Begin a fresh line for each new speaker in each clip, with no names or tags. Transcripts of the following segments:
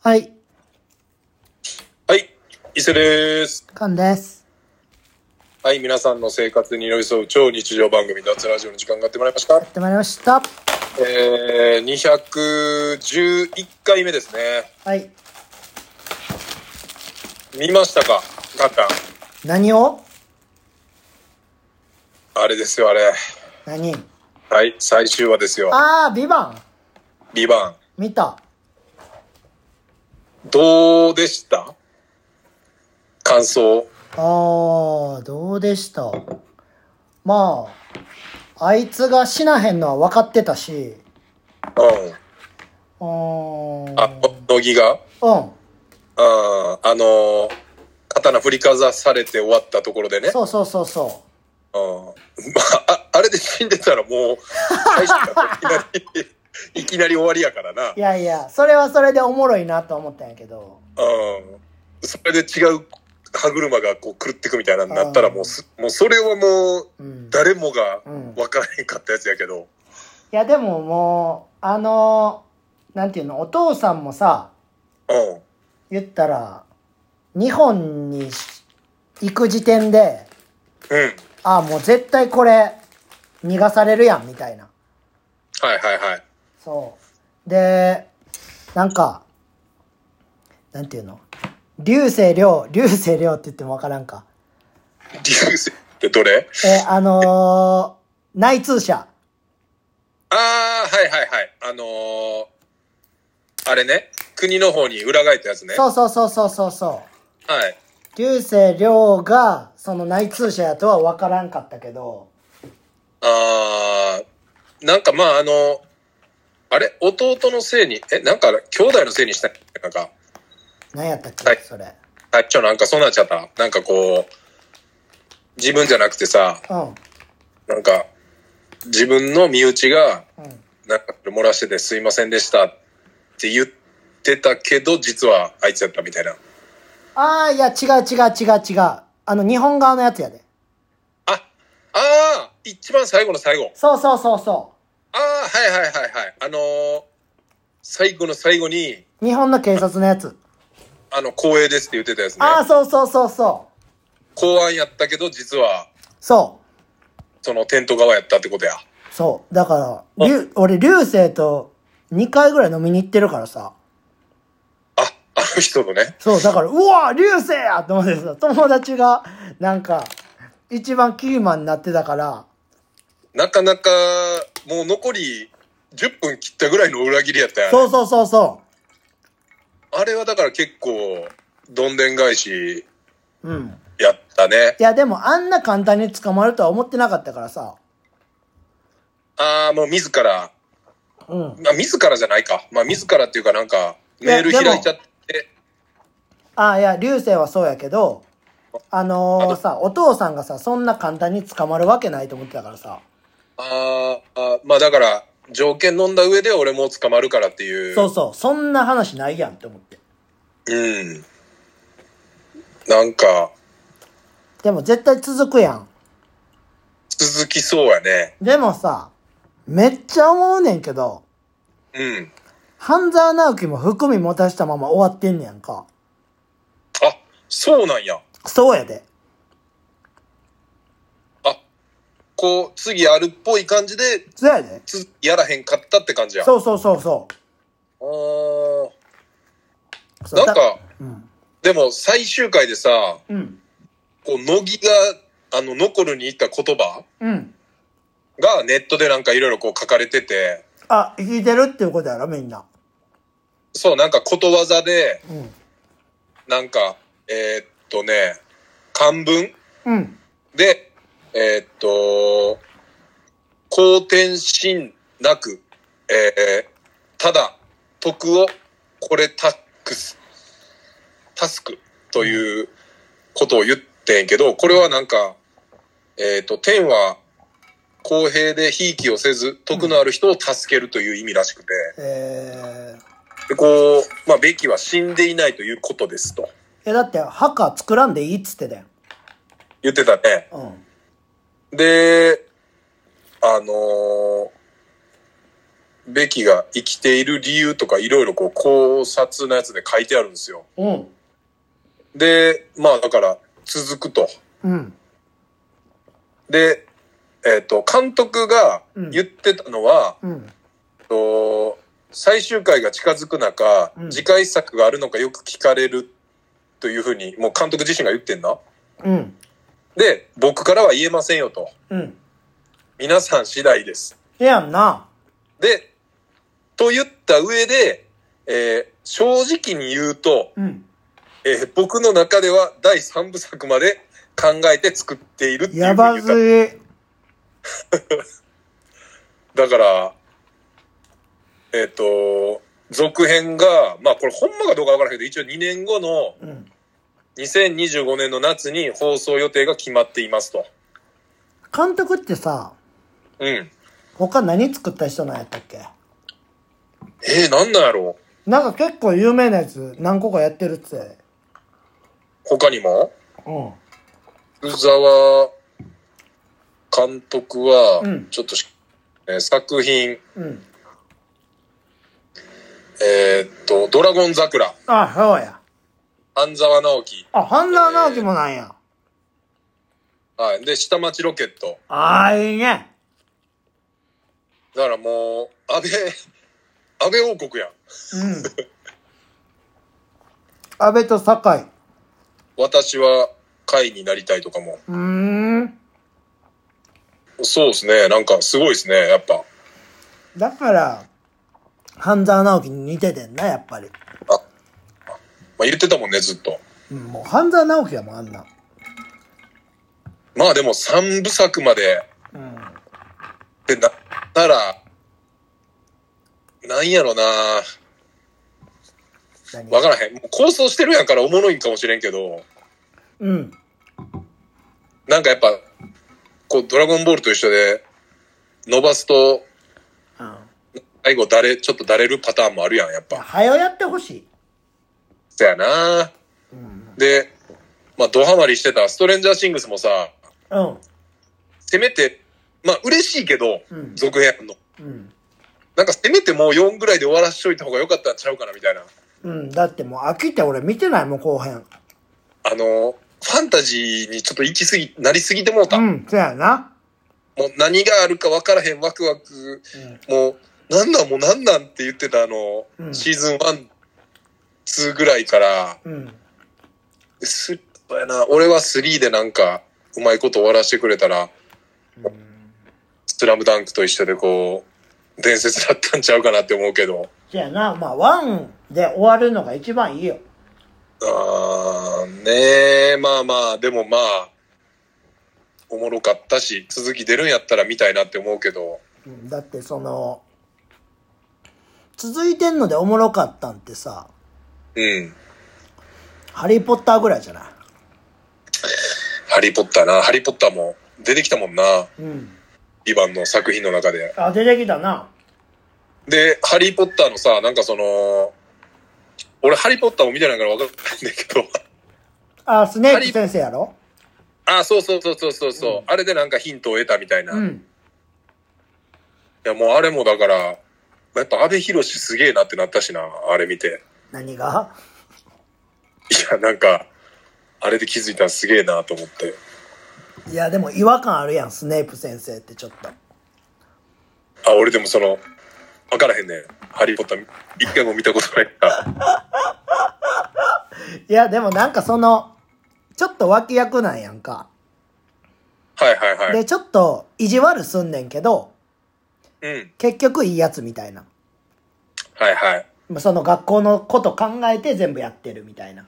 はい、
はい、伊勢です。
カンです。
はい、皆さんの生活に寄り添う超日常番組、脱ラジオの時間がやってもらいました
や。ってまいりました。
えー、211回目ですね。
はい。
見ましたかカンカン。
何を
あれですよ、あれ。
何
はい、最終話ですよ。
あー、ビバン
リバ
見た。
ン。どうでした感想。
あー、どうでしたまあ、あいつが死なへんのは分かってたし、
うん。
うーん。
あ、乃木が、
う
あーあのー刀振りかざされて終わったところでね
ん。。そうそうそうそ
うんまあ、ああれで死んでたらもう、大したこといきなり、 いきなり終わりやからな
う。い。やいや、それはそれでおもろいなと思ったんやけど。
うん。それで違う歯車がこう狂ってくみたいなのになったらもうす、もうそれはも
う。
うん誰もが
うん。
分からへんかったやつやけど。
いや、でももう、あのなんていうの、お父さんもさ、
うん。
言ったら日本に行く時点で
うん。
ああもう絶対これ逃がされるやんみたいな
はいはいはい。
そうでなんかなんていうの流星涼流星涼って言ってもわからんか
流星ってどれ
えあのー、内通者
ああ、はいはいはい。あのーあれね。国の方に裏返ったやつね。
そうそうそうそうそうそう
はい。
流星涼がその内通者やとはわからんかったけど
あーなんかまああの、あれ弟のせいに、え、なんか兄弟のせいにしたいなんか、
何やったっけ、
はい
それ
はい、ちょ、なんかそうなっちゃった。なんかこう、自分じゃなくてさ、
うん
なんか、自分の身内が、
うん
なんか漏らしててすいませんでしたって言ってたけど、実はあいつやったみたいな。
ああ、いや、違う違う違う違う。あの、日本側のやつやで。
あ、ああ一番最後の最後。
そうそうそうそ
ああはいはいはいはい。あのー最後の最後に、
う。日本の警察のやつ。
あの、光栄ですって言ってたやつね。
ああ、そうそうそうそう。
公安やったけど、実は、
そ
そのテント側やったってことや。
う。そう。だから、りゅ俺、流星と2回ぐらい飲みに行ってるからさ。
あ、あの人のね。
そう、だから、うわ流星やと思ってさ、友達が、なんか、一番キーマンになってたから、
なかなか、もう残り10分切ったぐらいの裏切りやったやん。
そうそうそうそ
あれはだから結構、どんでん返し
う。うん。
やったね。
いや、でも、あんな簡単に捕まるとは思ってなかったからさ。
ああ、もう自ら、
うん。
まあ自らじゃないか。まあ自らっていうかなんか、メール
いやでも
開いちゃって、
ああいや流星はそうやけどあ
あ
のー
と
さお父さんがさそんな簡単に捕まるわけないと思ってたからさ
あーあー、まあだから、条件飲んだ上で俺も捕まるからっていう。
そうそうそんな話ないやんって思って
うん。なんか、
でも絶対続くやん
続きそうやね。
でもさめっちゃ思うねんけど
うん。
半沢直樹も含み持たしたまま終わってんねやんか
あ、そうなんや。
そうやで
あ、こう、次あるっぽい感じで、
そうやで
つやらへんかったって感じや。
そうそうそうそ
あー
うそう
な
だ
んか、
うん
でも最終回でさ、
うん
こう、乃木が、あの、残るに言った言葉
うん
がネットでなんかいろいろこう書かれてて、
あ生きてるっていうことやろみんな
そう、なんかことわざで、
うん
なんか、えーっとね、漢文
うん
で、えーっと、好転心なく、えーただ、徳を、これタックス、タスクということを言ってんけど、これはなんか、えーっと、天は公平でひいきをせず、徳のある人を助けるという意味らしくて、
えー、
でこう、まあ、べきは死んでいないということですと
いやだって墓作らんでいいっつってたやん
言ってたね。
うん
で、あのーべきが生きている理由とかいろいろこう考察のやつで書いてあるんですよ。
うん。
で、まあだから続くと。
うん。
で、えっ、と、監督が言ってたのは、
うん。
と最終回が近づく中、
うん
次回作があるのかよく聞かれるというふうに、もう監督自身が言ってんな。
うん。
で、僕からは言えませんよと。
うん。
皆さん次第です。
ええやんな。
で、と言った上で、えー正直に言うと、
うん。
えー僕の中では第3部作まで考えて作っているっていうふう
や
に言
ば
った。
ずい。
だから、えっ、と、続編が、まあこれ本間かどうかわからないけど、一応2年後の
うん。
2025年の夏に放送予定が決まっていますと。
監督ってさ、
うん。
他何作った人なんやったっけ
えー、なんなんやろう
なんか結構有名なやつ何個かやってるっつって。
他にも
うん。
宇沢監督は
うん、
ちょっとし、えー作品、
うん。
えーっと、ドラゴン桜、
あ、そうや。
半沢直樹、
あ、半沢直樹もなんや。
はい。で、下町ロケット。
ああ、いいね。
だからもう、安倍、安倍 王国やん。
うん。安倍と酒井。
私は会になりたいとかも。
うーん。
そうですね。なんかすごいですね、やっぱ。
だから、半沢直樹に似ててんな、やっぱり。
まあ、言ってたもんね、ずっと。
うん、もう半沢直樹やもん、あんなん。
まあでも3部作まで
うん。
ってなったら、なんやろな
何
わからへん。もう構想してるやんからおもろいんかもしれんけど、
うん。
なんかやっぱ、こう、ドラゴンボールと一緒で、伸ばすと、
うん。
最後、だれ、ちょっとだれるパターンもあるやん、やっぱ。
はよやってほしい。
そやな
うん。
で、まあ、ドハマりしてたストレンジャーシングスもさ、
うん。
せめて、まあ、嬉しいけど、
うん。
続編あんの。
うん。
なんかせめてもう4ぐらいで終わらしといた方が良かったんちゃうかな、みたいな。
うん。だってもう飽きて俺見てないもん、後編。
あの、ファンタジーにちょっと行き過ぎ、なりすぎてもうた。
う
も
ん。そやな。
う何があるか分からへん、ワクワク。もう、なんなん、もうなんなんって言ってたあの、
うん
シーズン1、2ぐらいから、
うん。うん。
すそうやな、俺は3でなんか、うまいこと終わらせてくれたら、
うん
スラムダンクと一緒でこう、伝説だったんちゃうかなって思うけど、
そやな。まあ、ワンで終わるのが一番いいよ。
あー、ねえ、まあまあ、でもまあ、おもろかったし、続き出るんやったら見たいなって思うけど、
うんだってその、続いてんのでおもろかったんってさ、
うん。
ハリーポッターぐらいじゃない
ハリーポッターな、ハリーポッターも出てきたもんな、
うん。
リバンの作品の中で。
あ、出てきたな。
で、ハリー・ポッターのさ、なんかその、俺、ハリー・ポッターも見てないから分かんないんだけど、
あ、スネーク先生やろ
あ、そうそうそうそうそうそう、
うん
あれでなんかヒントを得たみたいな。
う
い
ん。
や、もうあれもだから、やっぱ安部寛すげえなってなったしな、あれ見て。
何が
いや、なんか、あれで気づいたらすげえなと思って。
いや、でも違和感あるやん、スネープ先生ってちょっと。
あ、俺でもその、分からへんねハリー・ポッター、一回も見たことないから。
いや、でもなんかその、ちょっと脇役なんやんか。
はいはいはい。
で、ちょっと意地悪すんねんけど、
うん。
結局いいやつみたいな。
はいはい。
まあその学校のこと考えて全部やってるみたいな。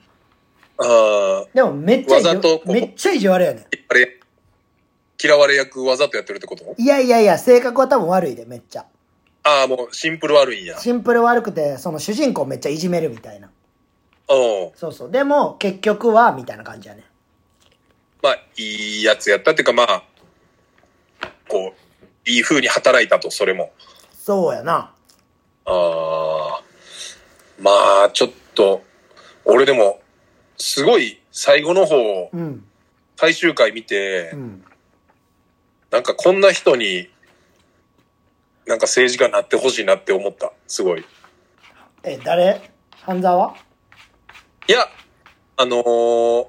あー
でもめっちゃ意地
わざとこう
めっちゃ意地悪やねん。
あれ、嫌われ役わざとやってるってこと
いやいやいや、性格は多分悪いで、めっちゃ。
ああ、もうシンプル悪いんや。
シンプル悪くて、その主人公めっちゃいじめるみたいな。
うん。
そうそう。でも、結局は、みたいな感じやね。
まあ、いいやつやったっていうか、まあ、こう、いい風に働いたと、それも。
そうやな。
ああ。まあ、ちょっと、俺でも、すごい、最後の方、
うん。
最終回見て
う、ん。
なんかこんな人に、なんか政治家になってほしいなって思った。すごい。
え、誰半沢
いや、あのー、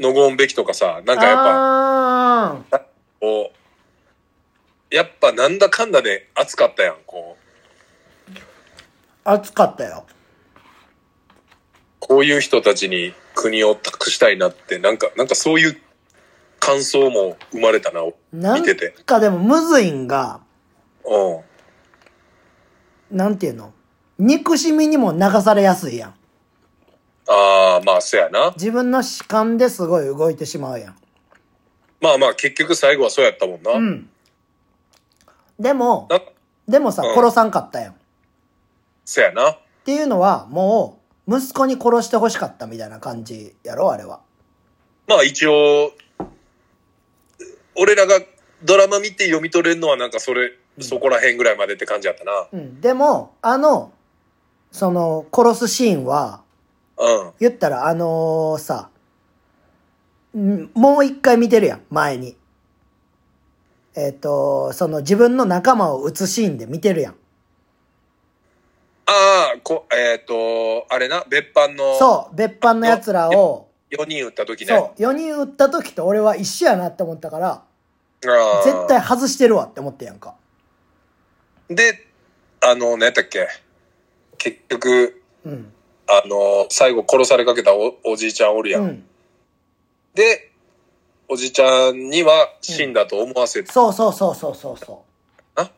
のごんべきとかさ、なんかやっぱ、
あー
こう、やっぱなんだかんだで熱かったやん、こう。
熱かったよ。
こういう人たちに国を託したいなって、なんか、なんかそういう感想も生まれたな、
な
見
ん
てて。
かでもむずいんが、
うん。
なんていうの憎しみにも流されやすいやん。
ああ、まあ、そやな。
自分の主観ですごい動いてしまうやん。
まあまあ、結局最後はそうやったもんな。
うん。でも、
な、
でもさ、
うん
殺さんかったやん。っ
そやな。
ていうのは、もう、息子に殺してほしかったみたいな感じやろ、あれは。
まあ一応、俺らがドラマ見て読み取れるのはなんかそれ、そこら辺ぐらいまでって感じやったな。
うん。でも、あの、その、殺すシーンは、
うん。
言ったら、あのーさ、んもう一回見てるやん、前に。えっ、と、その自分の仲間を撃つシーンで見てるやん。
ああ、こ、えっ、と、あれな、別班の
そう、別班の奴らを、
4人撃った時ね。
そう、4人撃った時と俺は一緒やなって思ったから、
あー
絶対外してるわって思ってやんか。
で、あの、何やったっけ結局、
うん。
あの、最後殺されかけたおおじいちゃんおるや。
うんん。
で、おじいちゃんには死んだと思わせて、
そうそうそうそうそうそ
ま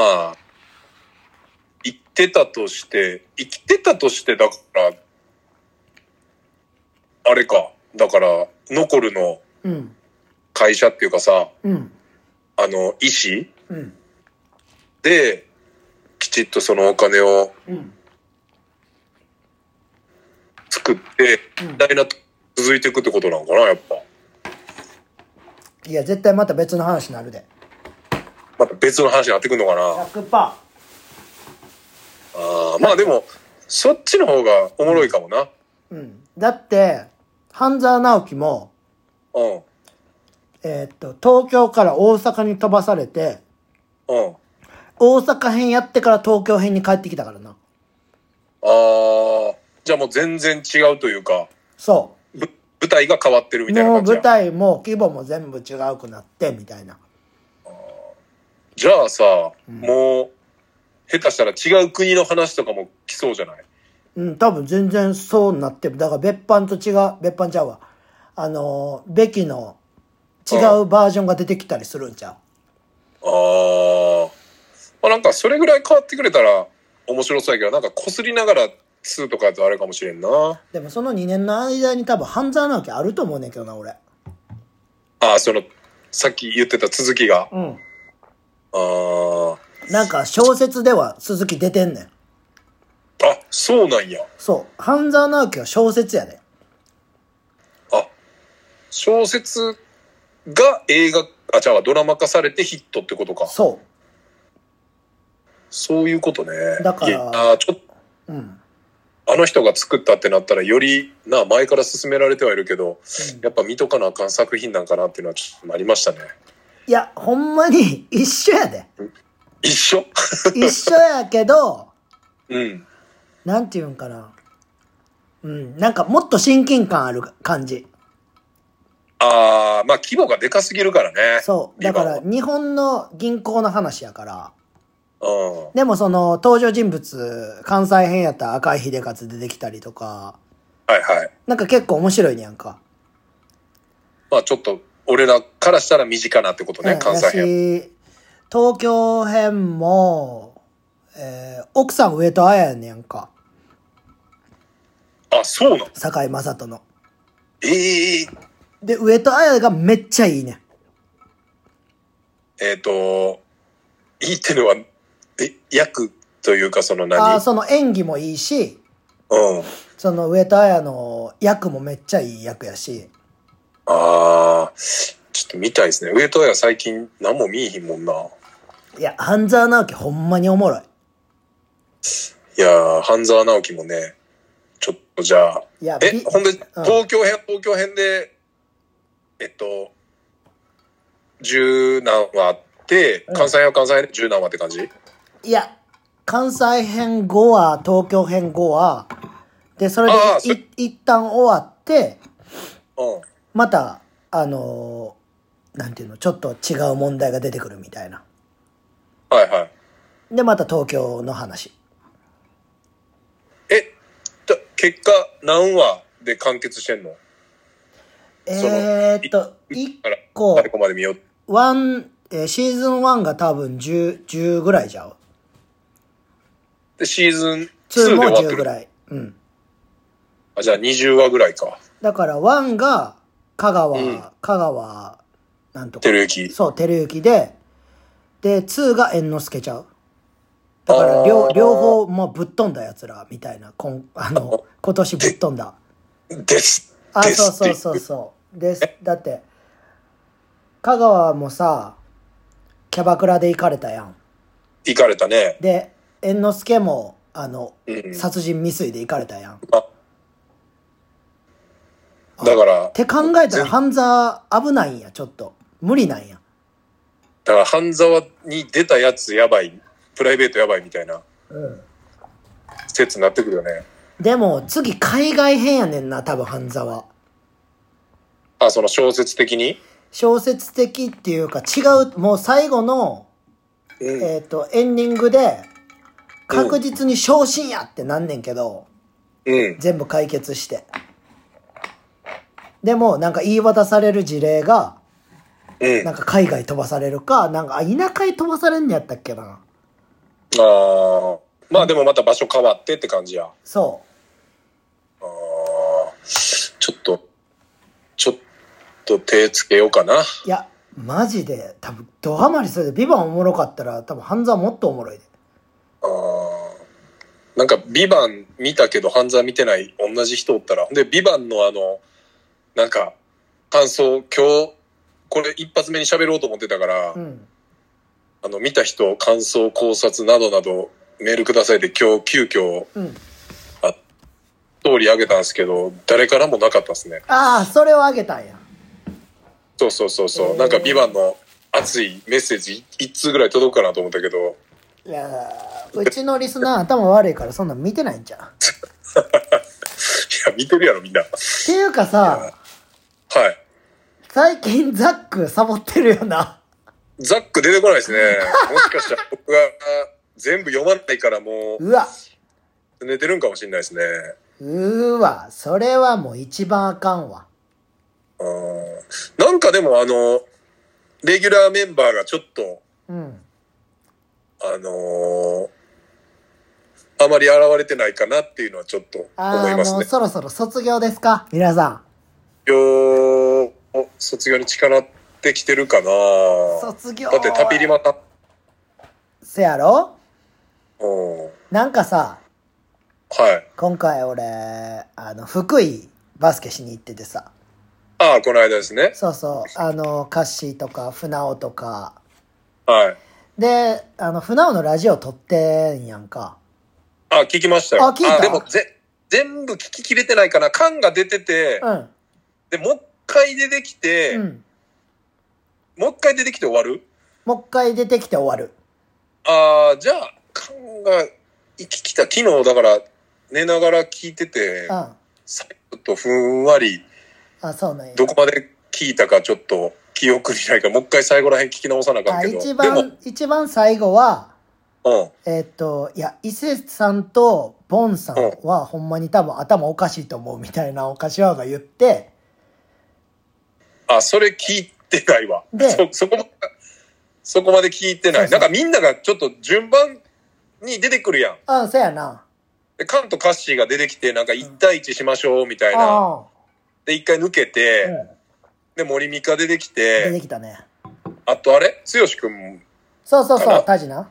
あ、生きてたとして、生きてたとしてだから、あれか。だから、残るの
う。うん。
会社っていうかさ、
うん。
あの、医師
うん。
で、きちっとそのお金を
うん。
作って、
うん
ダイナ続いていくってことなんかな、やっぱ。
いや、絶対また別の話になるで。
また別の話になってくるのかな。
100%。
あーまあでも、そっちの方がおもろいかもな。
うん。だって、半沢直樹も、
うん。
えーっと、東京から大阪に飛ばされて、
うん。
大阪編やってから東京編に帰ってきたからな。
ああ、じゃあもう全然違うというか、
そ
ぶ舞台が変わってる
う。
みたいな
もう
感じや
舞台も規模も全部違うくなって、みたいな。
じゃあさ、
うん
もう、下手したら違う国の話とかも来そうじゃない
うん、多分全然そうなってる。だから別班と違う、別班ちゃうわ。あのー、べきの違うバージョンが出てきたりするんちゃ
あー、まあ、なんかそれぐらい変わってくれたら面白そうやけど、なんか擦りながら2とかやとあれかもしれんな。あ
うでもその2年の間に多分半沢直樹あると思うねんけどな、俺。
あ、その、さっき言ってた続きが。
うん。
あー、
なんか小説では鈴木出てんねん。
あ、そうなんや。
そう。半沢直樹は小説やで。
あ、小説が映画、あ、じゃあドラマ化されてヒットってことか。
そ
そういうことね。
だから
いやあちょっ
う。うん。
と、あの人が作ったってなったら、より、な、前から進められてはいるけど、やっぱ見とかなあかん作品なんかなっていうのはちょっとなりましたね。
いや、ほんまに 一緒やで。
一緒
一緒やけど、
うん。
なんていうんかな。うん。なんかもっと親近感ある感じ。
ああ、まあ規模がでかすぎるからね。
そう。だから、
今
日本の銀行の話やから。
は
でもその、登場人物、関西編やったら赤井秀勝出てきたりとか、
うん。はいはい。
なんか結構面白いねやんか。
まあちょっと、俺らからしたら身近なってことね、
うん
関西編。
やし東京編も、えー奥さん上戸彩やねやんか。
あ、そうなの
堺雅人の。
ええー、
で、上戸彩がめっちゃいいねん。
えっ、と、いいってのは、え、役というかその何
あーその演技もいいし、
うん。
その上戸彩の役もめっちゃいい役やし、
ああ、ちょっと見たいですね。上戸彩最近何も見えひんもんな。
いや、半沢直樹ほんまにおもろい。
いやー、半沢直樹もね、ちょっとじゃあ。
いや、
え
び、
ほんで、東京編、東京編で、えっと、十何話て、
うん
関西編は関西編で十何話って感じ
いや、関西編5話、東京編5話、で、それで
ああ
い一旦終わって、
うん。
また、あのーなんていうの、ちょっと違う問題が出てくるみたいな。
はいはい。
で、また東京の話。
え、だ結果何話で完結してんのその
えー、っと、1
から
個、
最後まで見よう。
ワン、えーシーズン1が多分10、10ぐらいじゃう。
で、シーズン
2
2
も
で終わって
10ぐ
る。
らい。うん。
あ、じゃあ20話ぐらいか。
だから1が、香川、
うん
香川、なんとか
て。るゆき。
そう、照之で、で、2が猿之助ちゃう。だから、
あ
両
ー
両方、もうぶっ飛んだ奴ら、みたいな、こんあ の、今年ぶっ飛んだ。
です。
あ、
です
そうそう
って
そうそう。です。だって、香川もさ、キャバクラで行かれたやん。
行かれたね。
で、猿之助も、あの、
うん。
殺人未遂で行かれたやん。っ
あだから、
て考えたら、半沢危ないんや、ちょっと。無理なんや。
だから半沢に出たやつやばいプライベートやばいみたいな
うん。
説になってくるよね
でも、次、海外編やねんな、多分、半沢。
あその小説的に、
小説的っていうか違うもう最後の、
うん
えっとエンディングで確実に昇進やってなんねんけど、
うん
全部解決してでもなんか言い渡される事例が
うん
な
あ
んか海外飛ばされるかなんかあ田舎へ飛ばされんのやったっけな
あまあでもまた場所変わってって感じやあ
そ
ーちょっとちょっと手つけようかな
ういやマジで多分ドハマりするで「ビバンおもろかったら多分半沢もっとおもろいで
あーなんか「ビバン見たけど半沢見てない同じ人おったらほんで「ビバンのあのなんか感想今日これ一発目に喋ろうと思ってたから、
うん
あの、見た人、感想、考察などなど、メールくださいで今日急遽、
うん
ストーリー上げたんですけど、誰からもなかったですね。
ああそれをあげたんや
そうそうそうそう。
えー
なんか、ビバンの熱いメッセージ、一通ぐらい届くかなと思ったけど、
いやーうちのリスナー頭悪いからそんなん見てないんじゃん
いや、見てるやろ、みんな。は
っていうかさ、
い。
最近ザックサボってるよな。
ザック出てこないですね。もしかしたら僕が全部読まないからも
うわ、
う、寝てるんかもしれないですね。
うーわ、それはもう一番あかんわ。
うん。なんかでも、あの、レギュラーメンバーがちょっと、
うん。
あのーあまり現れてないかなっていうのはちょっと
あ
思い
ー
ます
もう
ね。
そろそろ卒業ですか皆さ。
卒業、卒業に力ってきてるかなん
卒業。
だってタピリマタ、
せやろ
うん、は
なんかさ、
い。
今回俺、あの、福井バスケしに行っててさ。
ああ、この間ですね。
そうそう、あの、カッシーとか、船尾とか。
はい。
で、あの、船尾のラジオ撮ってんやんか。
ああ、聞きましたよ。
あ聞いた
あでもぜ、全部聞ききれてないかな。缶が出てて、
うん。
で、もう一回出てきて、
うん。
もう一回出てきて終わる
もう一回出てきて終わる。
ああ、じゃあ、缶が聞きた。昨日、だから、寝ながら聞いてて
うん。、あ、
ちょっとふんわり、
そうなんや。
どこまで聞いたかちょっと記憶にないから、もう一回最後らへん聞き直さなあか
あ
んけど。
一
でも
番、一番最後は、、
うん。
えっ、と、いや、伊勢さんとボンさんは、ほんまに多分頭おかしいと思うみたいなお柏が言って、
あ、それ聞いてないわ。
で
そ、そこまで、そこまで聞いてない。
そうそう
なんかみんながちょっと順番に出てくるやん。
うん、そやな。
で、カンとカッシーが出てきて、なんか1対1しましょうみたいな。
ああ、
で、一回抜け
う
て、
ん、
で、森美香出てき
出
て
て、きたね。
あとあれ剛くんも。
そうそう
か
そ
な
う、タジな。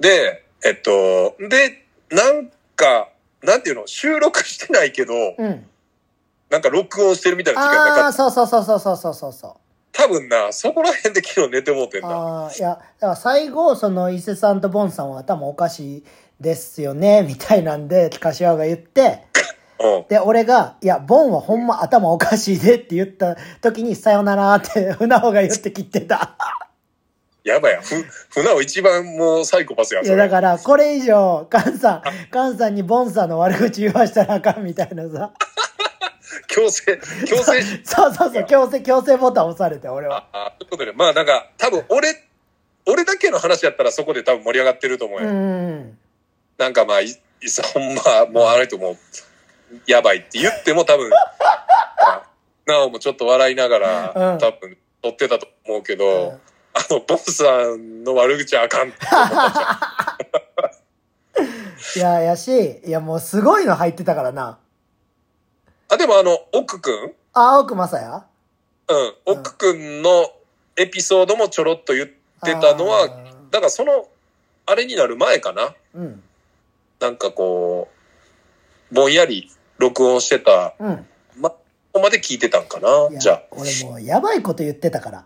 で、えっと、で、なんか、なんていうの、収録してないけど、
うん。
なんか録音してるみたいな時間なかっ
あ
た
あ、そうそうそうそうそうそうそうそ
多分な、そこら辺で昨日寝てもうてん
う。
な。
ああ、いや、だから最後、その伊勢さんとボンさんは頭おかしいですよね、みたいなんで、柏が言って、
うん。
で、俺が、いや、ボンはほんま頭お かしいでって言った時に、さよならって、船尾が言って切ってた。
やばいや。ふ、船を一番もうサイコパスやん。
い
そ
や、
れ
だから、これ以上、カンさん、カンさんにボンさんの悪口言わしたらあかんみたいなさ。
強制、強制し、
そうそうそう、強制、強制ボタン押されて、俺は。
あということで、まあなんか、多分俺、俺だけの話やったらそこで多分盛り上がってると思う
う
よ。
ん。
なんかまあ、い、いさ、ほんま、もうあれともう、やばいって言っても多分、 なおもちょっと笑いながら、
うん
多分、撮ってたと思うけど、
うん
あの、ボンさんの悪口はあかんって思ったじゃん
いや、やし、いや、もうすごいの入ってたからな。
あ、でもあの、奥くん
あ、奥正也
うん、奥くんのエピソードもちょろっと言ってたのは、
あー
だからその、あれになる前かな。
うん。
なんかこう、ぼんやり録音してた、
うん。
ま、ここまで聞いてたんか
い
な。
や
じゃ
俺もう、やばいこと言ってたから。
あ。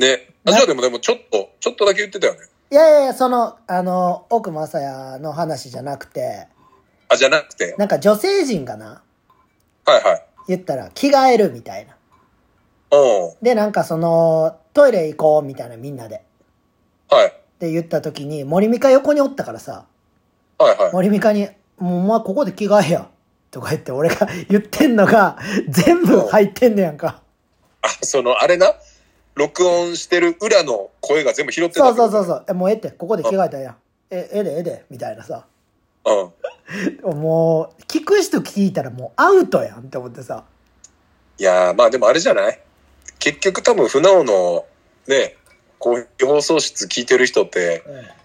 ね。あ
な
じゃあでもでもちょっと、ちょっとだけ言ってたよね。
いやいやいや、その、あの、奥正也の話じゃなくて、
あ、じゃなくて。
なんか女性陣がな、
はいはい。
言ったら、着替えるみたいな。
うん。
で、なんかその、トイレ行こうみたいな、みんなで。
はい。
って言った時に、森美香横におったからさ、
はいはい。
森美香に、もうお前ここで着替えや。とか言って、俺が言ってんのが、全部入ってんねやんか。
あ、その、あれな。録音してる裏の声が全部拾ってた。
そうそうそうそう。え、もうええって、ここで着替えたらええやん。え、ええでええで、みたいなさ。
そう。うん。
もう、聞く人聞いたらもうアウトやんって思ってさ。
いやー、まあでもあれじゃない結局多分、船尾の、ね、こういう放送室聞いてる人って、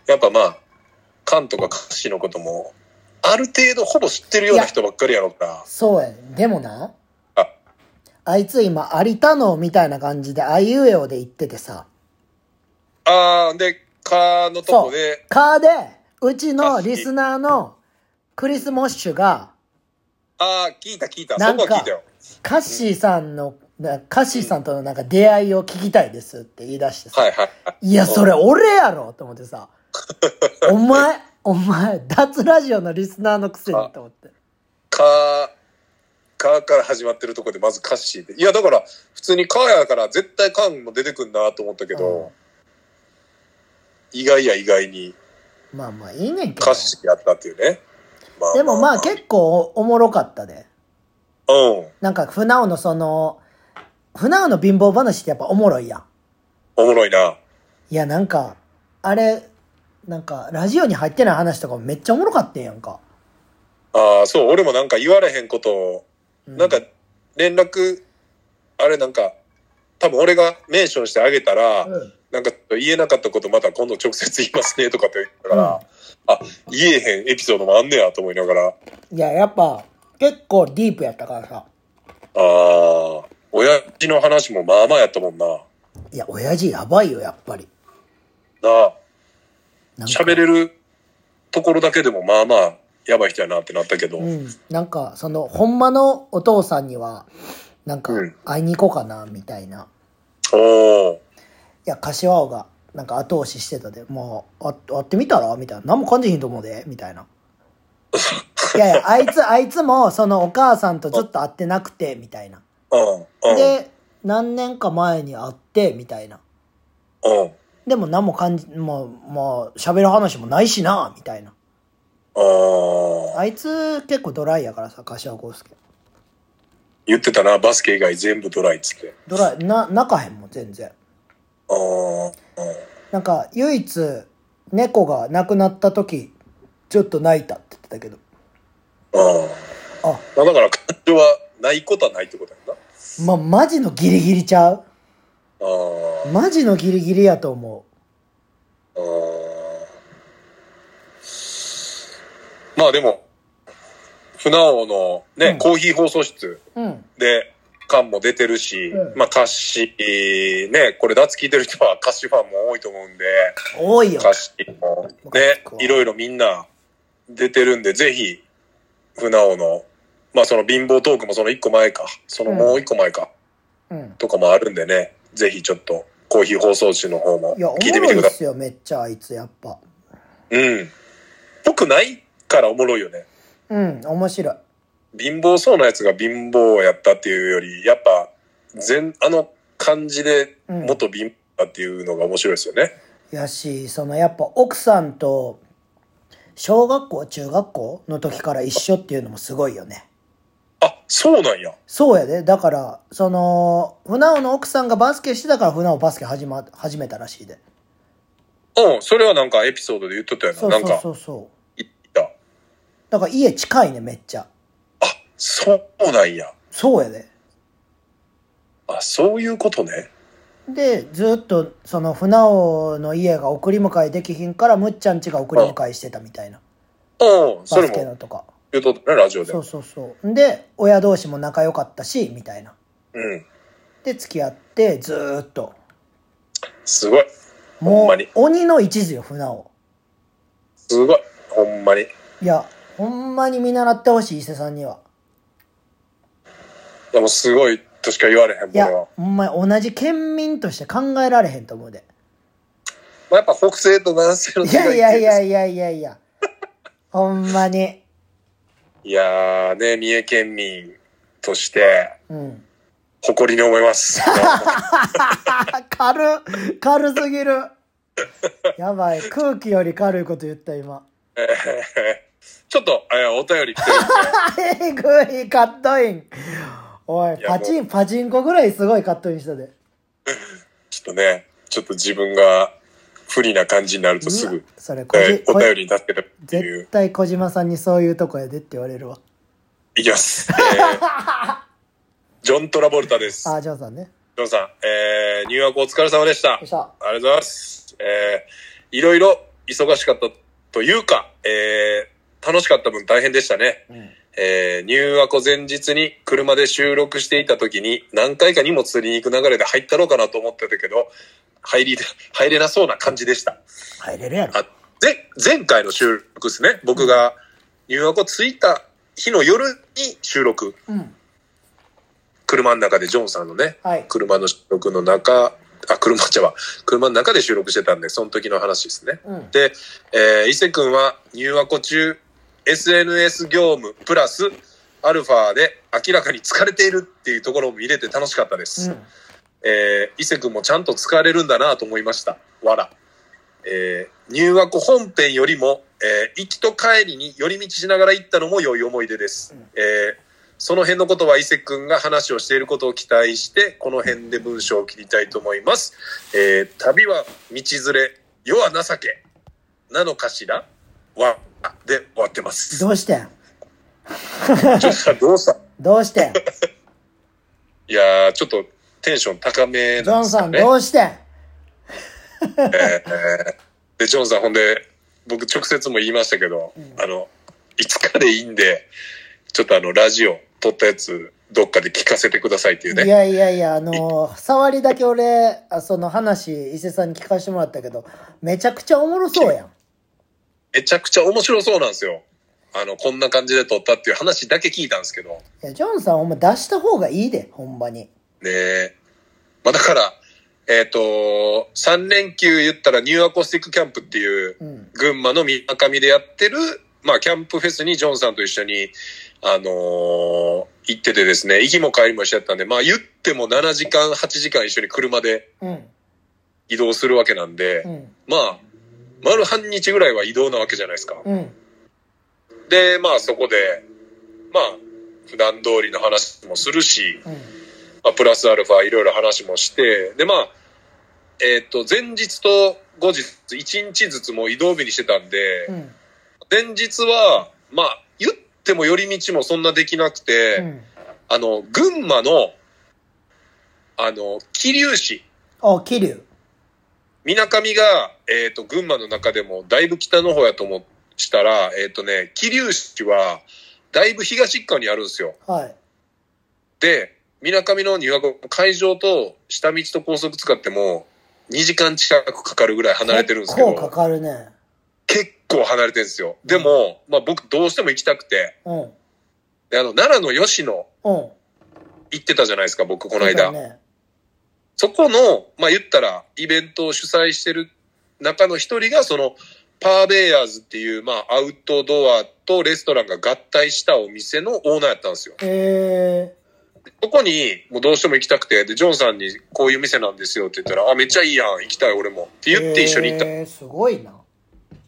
やっぱまあ、缶とか歌詞のことも、ある程度ほぼ知ってるような人ばっかりやろうから。
そうやね。でもな、
あ、
あいつ今、有田のみたいな感じで、あいうえおで言っててさ。
あー、で、かのと
そ
こ
う
で、。
カーで、うちのリスナーのクリス・モッシュが、
あー、聞いた聞いた。
な
そ
ん
こ
か
は聞いたよ。
カッシーさんの、なカッシーさんとのなんか出会いを聞きたいですって言い出してさ。
はいはいはい。
いや、それ俺やろと思って さ。お前、お前、脱ラジオのリスナーのくせにと思って。
か、かから始まってるとこでまず歌詞で。いや、だから、普通にかやから絶対缶も出てくんなと思ったけど、意外や意外に
まあまあいいねんけど
歌。詞やったっていうね。ま
でもまあ結構おもろかったで。
構。うん。
なんか船尾のその、船尾の貧乏話ってやっぱおもろいやん。
おもろいな。
いやなんか、あれ、なんかラジオに入ってない話とかもめっちゃおもろかってんやんか。
ああ、そう、俺もなんか言われへんことを、
う
なんか、連絡、あれなんか、多分俺がメンションしてあげたら、
うん
なんか言えなかったことまた今度直接言いますねとかって言ったから、あ、言えへんエピソードもあんねやと思いながら、あ
いや、やっぱ結構ディープやったからさ。
あ、親父の話もまあまあやったもんな。
いや、親父やばいよ、やっぱり。
なあ、
なんか
喋れるところだけでもまあまあ、やばい人やなってなったけど、
うん。なんか、その、ほんまのお父さんには、なんか
うん、
会いに行こうかな、みたいな。
おー、
いや、柏尾が、なんか後押ししてたで、もう、あ会ってみたらみたいな。何も感じひんと思うで、みたいな。いやい や、あいつ、あいつも、そのお母さんとずっと会ってなくて、みたいな。
うん、うん、
で、何年か前に会って、みたいな。
うん、うん
でも何も感じ、もう、もう、喋る話もないしな、みたいな。
ああ、
あいつ、結構ドライやからさ、柏尾康介。
言ってたな、バスケ以外全部ドライっつって。
ドライ、な、泣かへんもん、全然。
あー
なんか唯一猫が亡くなった時ちょっと泣いたって言ってたけど
あ
あ
ーまあだから感情はないことはないってことやんな。
まマジのギリギリちゃう
あー
マジのギリギリやと思
あーまあでも、船尾のね、
うん
コーヒー放送室
ううん
で、缶も出てるし、
うん
まあ歌詞、ね、これ脱聞いてる人は歌詞ファンも多いと思うんで、
多いよ
歌詞もね、いろいろみんな出てるんで、ぜひ、船尾の、まあその貧乏トークもその一個前か、そのもう一個前
う
か、
ん
とかもあるんでね、ぜひちょっとコーヒー放送中の方も
いやおも
聞いてみ
ろ
て
い
く
っ
ださ
すよめっちゃあいつやっぱ
い。うん。僕ないからおもろいよね。
うん面白い
貧乏そうなやつが貧乏やったっていうより、やっぱ、全、あの感じで
うん
元貧乏なっていうのが面白いですよね。
やし、そのやっぱ奥さんと、小学校、中学校の時から一緒っていうのもすごいよね。
あ、そうなんや。
そうやで。だから、その、船尾の奥さんがバスケしてたから船尾バスケ始ま、始めたらしいで。
うん、それはなんかエピソードで言っとったよな。
そうそう
なん
そ
か、
うそう。
言った。
だから家近いね、めっちゃ。
あ、そうなんや。
そうやで。
あ、そういうことね。
で、ずっと、その船尾の家が送り迎えできひんから、むっちゃんちが送り迎えしてたみたいな。
うん、そ
バ
れ
スケ
も
のとか。
言っとったね、ラジオで。
そう
う
そうそう。で、親同士も仲良かったし、みたいな。
ん。
で、付き合って、ずーっと。
すごい。ほん
も
まに
う、鬼の一途よ、船尾。
すごい。ほんまに。
いや、ほんまに見習ってほしい、伊勢さんには。
でもすごいとしか言われへん、
い
俺
や
は。、
ほんまに同じ県民として考えられへんと思うで。
まあ、やっぱ北西と南西の違いっ
い
てう
や
か
いやいやいやいやい や。ほんまに。
いやーね、三重県民として、
うん。
誇りに思い ます。
軽っ軽すぎる。やばい。空気より軽いこと言った、今。
えーちょっと、えーお便り来てるんで、
えぐい、カットイン。おい、
いや
パチン、パチンコぐらいすごいカットインしたで。
ちょっとね、ちょっと自分が不利な感じになるとす
うわ
ぐ、
それ、こ
え
じ、
ーお
こ
便りになってるってい
絶
う。
対小島さんにそういうとこやでって言われるわ。
いきます。えージョン・トラボルタです。
あ、ジョンさんね。よ
ジョンさん、えー入学お疲れ様でした。
いしょ。
ありがとうございます。えーいろいろ忙しかったというか、えー楽しかった分大変でしたね。
うん。
えー入学前日に車で収録していた時に何回か荷物釣りに行く流れで入ったろうかなと思ってたけど、入り、入れなそうな感じでした。
入れるやろ。
あ、ぜ、前回の収録ですね。僕が入学を着いた日の夜に収録。
うん。
車の中でジョンさんのね、
はい。
車の収録の中、あ、車ちゃうわ車の中で収録してたんで、その時の話ですね。
うん。
で、えー伊勢くんは入学中、SNS 業務プラスアルファで明らかに疲れているっていうところを見れて楽しかったです。
うん。
えー伊勢くんもちゃんと疲れるんだなと思いました。わら。えー入学本編よりも、えー行きと帰りに寄り道しながら行ったのも良い思い出です。
うん
えーその辺のことは伊勢くんが話をしていることを期待して、この辺で文章を切りたいと思います。えー旅は道連れ、世は情け、なのかしらわ、あで終わってます。
どうしてん
ちょっと どうした
どうしてん
いやー、ちょっとテンション高め
ジョ
なん
ン
ですか
さ
ね。
ん、どうしてん
えー で、ジョンさん、ほんで、僕直接も言いましたけど、あの、いつかでいいんで、ちょっとあの、ラジオ撮ったやつ、どっかで聞かせてくださいっていう
い
ね。
やいやいや、あのー触りだけ俺、あその話、伊勢さんに聞かせてもらったけど、めちゃくちゃおもろそうやん。
めちゃくちゃ面白そうなんですよ。あの、こんな感じで撮ったっていう話だけ聞いたんですけど、ね
いや、ジョンさん、ほんま出した方がいいで、ほんまに。
えまあだから、えっ、と、3連休言ったらニューアコースティックキャンプっていう、
うん。
群馬の水上でやってる、まあ、キャンプフェスにジョンさんと一緒に、あのー行っててですね、行きも帰りもしちゃったんで、まあ、言っても7時間、8時間一緒に車で
うん。
移動するわけなんで
う、ん。
まあ、丸半日ぐらいは移動なわけじゃないですか。
うん。
で、まあ、そこで、まあ、普段通りの話もするし、
うん。
まあ、プラスアルファいろいろ話もして、で、まあ、えっ、と、前日と後日、1日ずつもう移動日にしてたんで、
うん。
前日は、まあ、言っても寄り道もそんなできなくて、
うん。
あの、群馬の、あの、桐生市、
あ、桐生。
みなかみが、えっ、と、群馬の中でもだいぶ北の方やと思したら、えっ、とね、桐生市は、だいぶ東側にあるんですよ。
はい。
で、みなかみの入学会場と下道と高速使っても、2時間近くかかるぐらい離れてるんですけ
結構か
ど、
かるね。
結構離れてるんですよ。でも、まあ僕どうしても行きたくて、
うん。
であの、奈良の吉野、
うん。
行ってたじゃないですか、僕、こ
こ
の間。そ,、
ね、
この、まあ言ったら、イベントを主催してる中の一人が、その、パーベイヤーズっていう、まあ、アウトドアとレストランが合体したお店のオーナーやったんですよ。
え
ここにもうどうしても行きたくて、で、ジョンさんにこういう店なんですよって言ったら、あ、めっちゃいいやん、行きたい俺も。って言って一緒に行った。
えー、すごいな。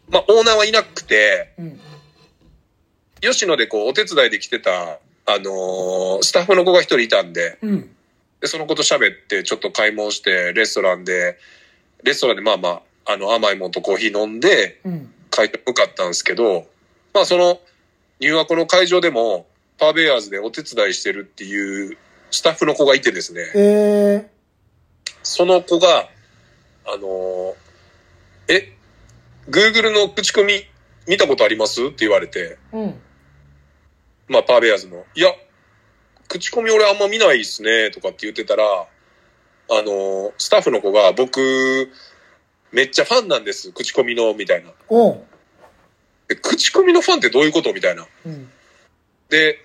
まあ、オーナーはいなくて、
うん。
吉野でこう、お手伝いで来てた、あのースタッフの子が一人いたんで、
うん。
で、その子と喋って、ちょっと買い物して、レストランで、レストランでまあまあ、あの、甘いもんとコーヒー飲んで、
うん。
会場向かったんですけど、まあその入学の会場でも、パーベイヤーズでお手伝いしてるっていうスタッフの子がいてですね、
え
その子が、あのーえ、Google の口コミ見たことありますって言われて、
ー、うん。
まあパーベイヤーズの、いや、口コミ俺あんま見ないっすね、とかって言ってたら、あのースタッフの子が僕、めっちゃファンなんです、口コミの、みたいな。
おう。
え口コミのファンってどういうことみたいな。
うん。
で、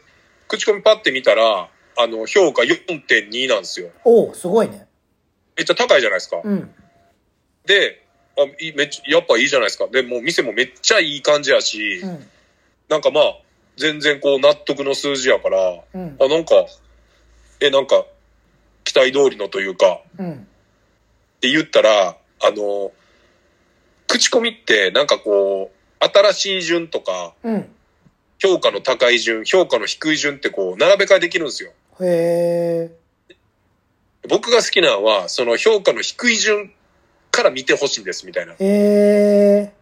口コミパって見たら、あの、評価4.2なんですよ。
おう、すごいね。
めっちゃ高いじゃないですか。
うん。
で、あいめっちゃやっぱいいじゃないですか。で、もう店もめっちゃいい感じやし、
うん。
なんかまあ、全然こう納得の数字やから、
うん。
あ、なんか、え、なんか、期待通りのというか、
うん。
って言ったら、あの、口コミってなんかこう、新しい順とか、
うん。
評価の高い順、評価の低い順ってこう、並べ替えできるんですよ。
へえ。
僕が好きなのは、その評価の低い順から見てほしいんですみたいな。
え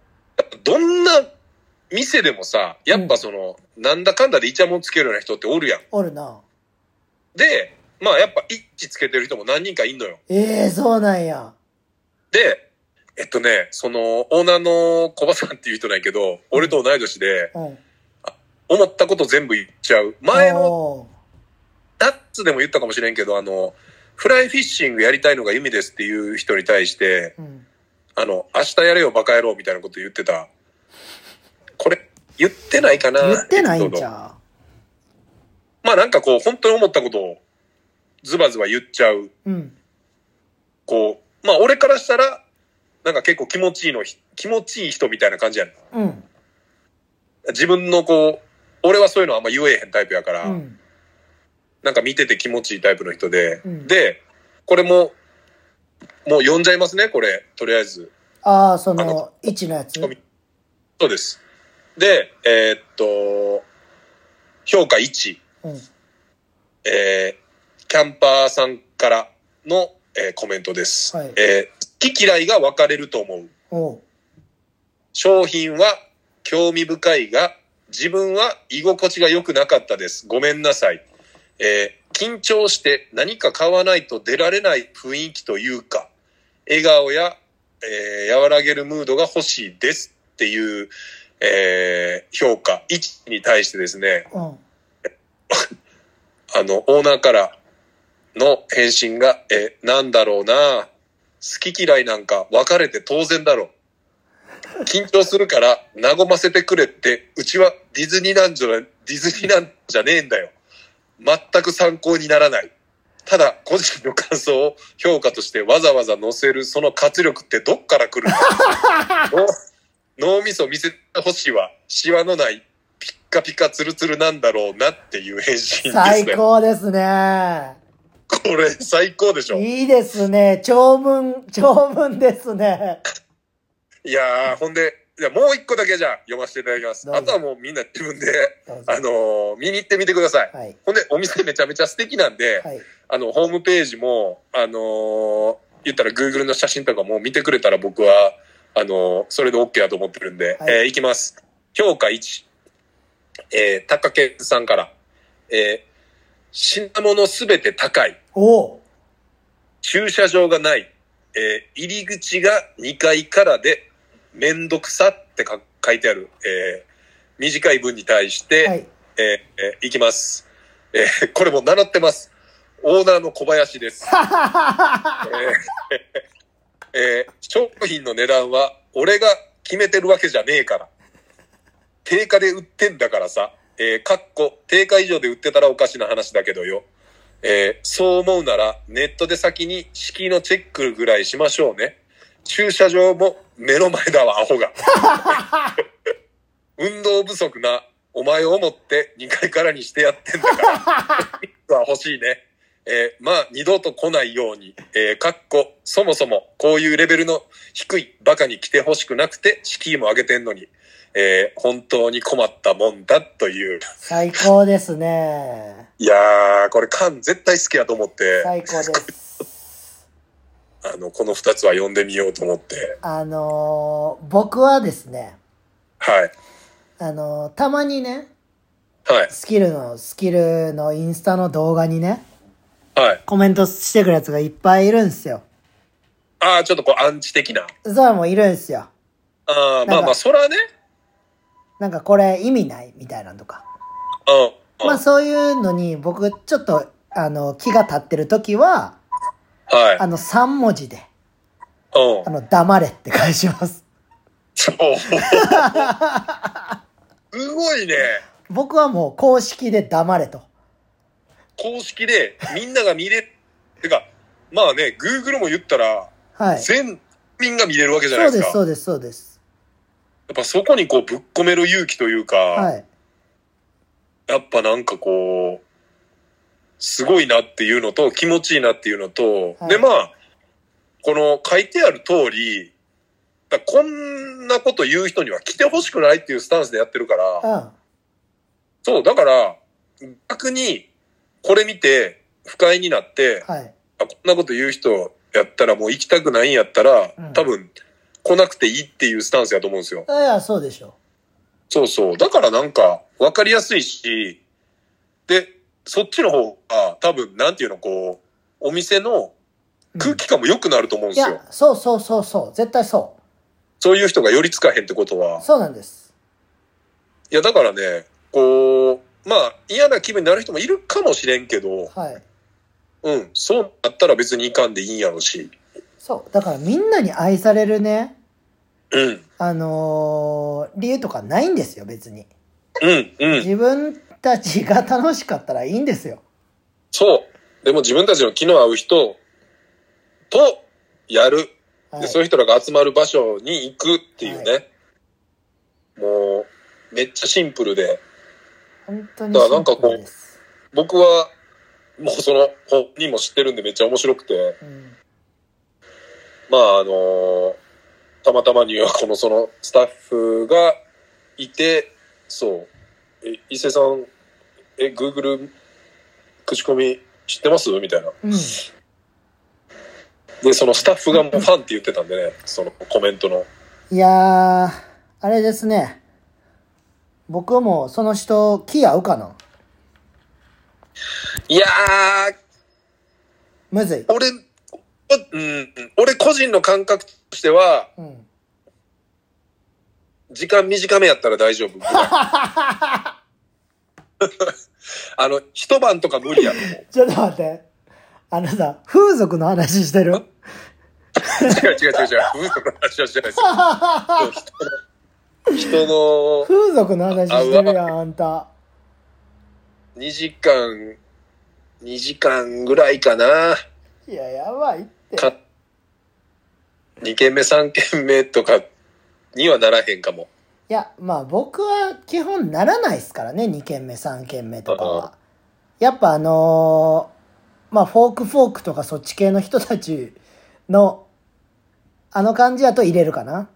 どんな店でもさ、やっぱその、なんだかんだでイチャモンつけるような人っておるやん。
ー、おるな。
で、まあやっぱ一致つけてる人も何人かいんのよ。
ええー、そうなんや。
で、えっとね、その、オーナーの小バさんっていう人なんやけど、俺と同い年で、
うん。
思ったこと全部言っちゃう。前の
お
ナッツでも言ったかもしれんけど、あの、フライフィッシングやりたいのが夢ですっていう人に対して、
う。うん。
あの、明日やれよバカ野郎みたいなこと言ってた。これ、言ってないかな
言ってないん
エピ
ち
ソード
ゃ
まあなんかこう、本当に思ったことをズバズバ言っちゃう。
う。うん。
こう、まあ俺からしたら、なんか結構気持ちいいのひ、気持ちいい人みたいな感じやな。
うん。
自分のこう、俺はそういうのあんま言えへんタイプやから、
うん。
なんか見てて気持ちいいタイプの人で、
うん
で、これも、もう呼んじゃいますね、これ、とりあえず。
ああ、そ
あ
の
の、
位置のやつ。
みそうです。で、えーっと、評価1、
うん。
えーキャンパーさんからの、えーコメントです。
はい
えー好き嫌いが分かれると思う。
おう。
商品は興味深いが、自分は居心地が良くなかったです。ごめんなさい。えー緊張して何か買わないと出られない雰囲気というか、笑顔や、えー和らげるムードが欲しいですっていう、えー評価1に対してですね、
うん。
あの、オーナーからの返信が、え、なんだろうな好き嫌いなんか別れて当然だろう。緊張するから和ませてくれって、うちはディズニーなんじゃ、ディズニーなんじゃねえんだよ。全く参考にならない。ただ、個人の感想を評価としてわざわざ載せるその活力ってどっから来るの 脳脳みそ見せてほしいわ。シワのないピッカピカツルツルなんだろうなっていう返信ですね。
最高ですね。
これ最高でしょ。
いいですね。長文、長文ですね。
いやー、ほんで、じゃもう一個だけじゃあ読ませていただきます。
どうぞ
あとはもうみんな自分で、
どうぞ
あのー見に行ってみてください。
はい。
ほんで、お店めちゃめちゃ素敵なんで、
はい。
あの、ホームページも、あのー言ったら Google の写真とかも見てくれたら僕は、あのーそれで OK だと思ってるんで、
はい
えーいきます。評価1、えー、高健さんから、えー品物すべて高い。
おう。
駐車場がない、えー入り口が2階からで、めんどくさってか書いてある、えー短い文に対して、
はい。
えーえーいきます。えーこれも名乗ってます。オーナーの小林です。えーえー商品の値段は俺が決めてるわけじゃねえから。定価で売ってんだからさ。えーかっこ、定価以上で売ってたらおかしな話だけどよ。えーそう思うなら、ネットで先に敷居のチェックぐらいしましょうね。駐車場も目の前だわ、アホが。運動不足なお前を思って2階からにしてやってんだから。 は欲しいね。えーまあ、二度と来ないように、えーかっこ、そもそも、こういうレベルの低いバカに来てほしくなくて、敷居も上げてんのに、えー本当に困ったもんだ、という。
最高ですね。
いやー、これ、カン絶対好きやと思って、
最高です。
あの、この二つは読んでみようと思って、
あのー僕はですね、
はい。
あのーたまにね、
はい。
スキルの、スキルのインスタの動画にね、
はい。
コメントしてくるやつがいっぱいいるんすよ。
ああ、ちょっとこう、アンチ的な。
それはもういるんすよ。
ああ、ま
なん
あま
か
あ、そらね。
なんかこれ意味ないみたいなのとか。
うん。
まあそういうのに僕ちょっと、あの、気が立ってる時は、
はい。
あの、3文字で、
うん
あ。の、黙れって返します。
そう。 すごいね。
僕はもう公式で黙れと。
公式でみんなが見れる。てか、まあね、Google も言ったら、
はい。そ
全民が見れるわけじゃないうで
ですす、
か。
そ
やっ
うです、そうです。
ぱそこにこうぶっ込める勇気というか、
はい。
やっぱなんかこう、すごいなっていうのと、気持ちいいなっていうのと、
はい
でまあ、この書いてある通り、だからこんなこと言う人には来てほしくないっていうスタンスでやってるから、
うん。
そう、だから、逆に、これ見て、不快になって、
はい。
あこんなこと言う人やったら、もう行きたくないんやったら、
うん
多分、来なくていいっていうスタンスやと思うんですよ
い。や、そうでしょ
そうそう。だからなんか、わかりやすいし、で、そっちの方が、多分、なんていうの、こう、お店の
う。
空気感も良くなると思う
うん
ん
い
ですよ。
や、そうそうそうそう。絶対そ
そういう人が寄りつかへんってこと
う。
は。
そうなんです。
いや、だからね、こう、まあ、嫌な気分になる人もいるかもしれんけど、
はい。
うん、そうなったら別にいかんでいいんやろし。
そう。だからみんなに愛されるね、
うん、
あのー理由とかないんですよ、別に。
うん、うん。
自分たちが楽しかったらいいんですよ。
そう。でも自分たちの気の合う人とやる。
は
でそう
い。
いう人らが集まる場所に行くっていうね。
は
もう、めっちゃシンプルで。
本当に
だからなんかこう
シンプルです。
僕は、もうその本人も知ってるんでめっちゃ面白くて。
うん。
まあ、あのーたまたまにはこのそのスタッフがいて、そう、え、伊勢さん、え、Google 口コミ知ってますみたいな。
うん。
で、そのスタッフがもうファンって言ってたんでね、そのコメントの。
いやー、あれですね。僕もその人、気合うかない
や
むずい
ー、。俺、おうん、俺個人の感覚としては、
うん。
時間短めやったら大 丈夫。あの、一晩とか無理やと思う。
ちょっと待って。あのさ、風俗の話してる
違う違う違う違う。嘘の話はしてないですよ。人の
風俗の話してるやん、あんた。
2時間、2時間ぐらいかな。
いや、やばいって。
か2軒目3軒目とかにはならへんかも。
いや、まあ僕は基本ならないですからね、2軒目、3軒目とか
あ
は。やっぱあのーまあフォークフォークとかそっち系の人たちの、あの感じやと入れるかな。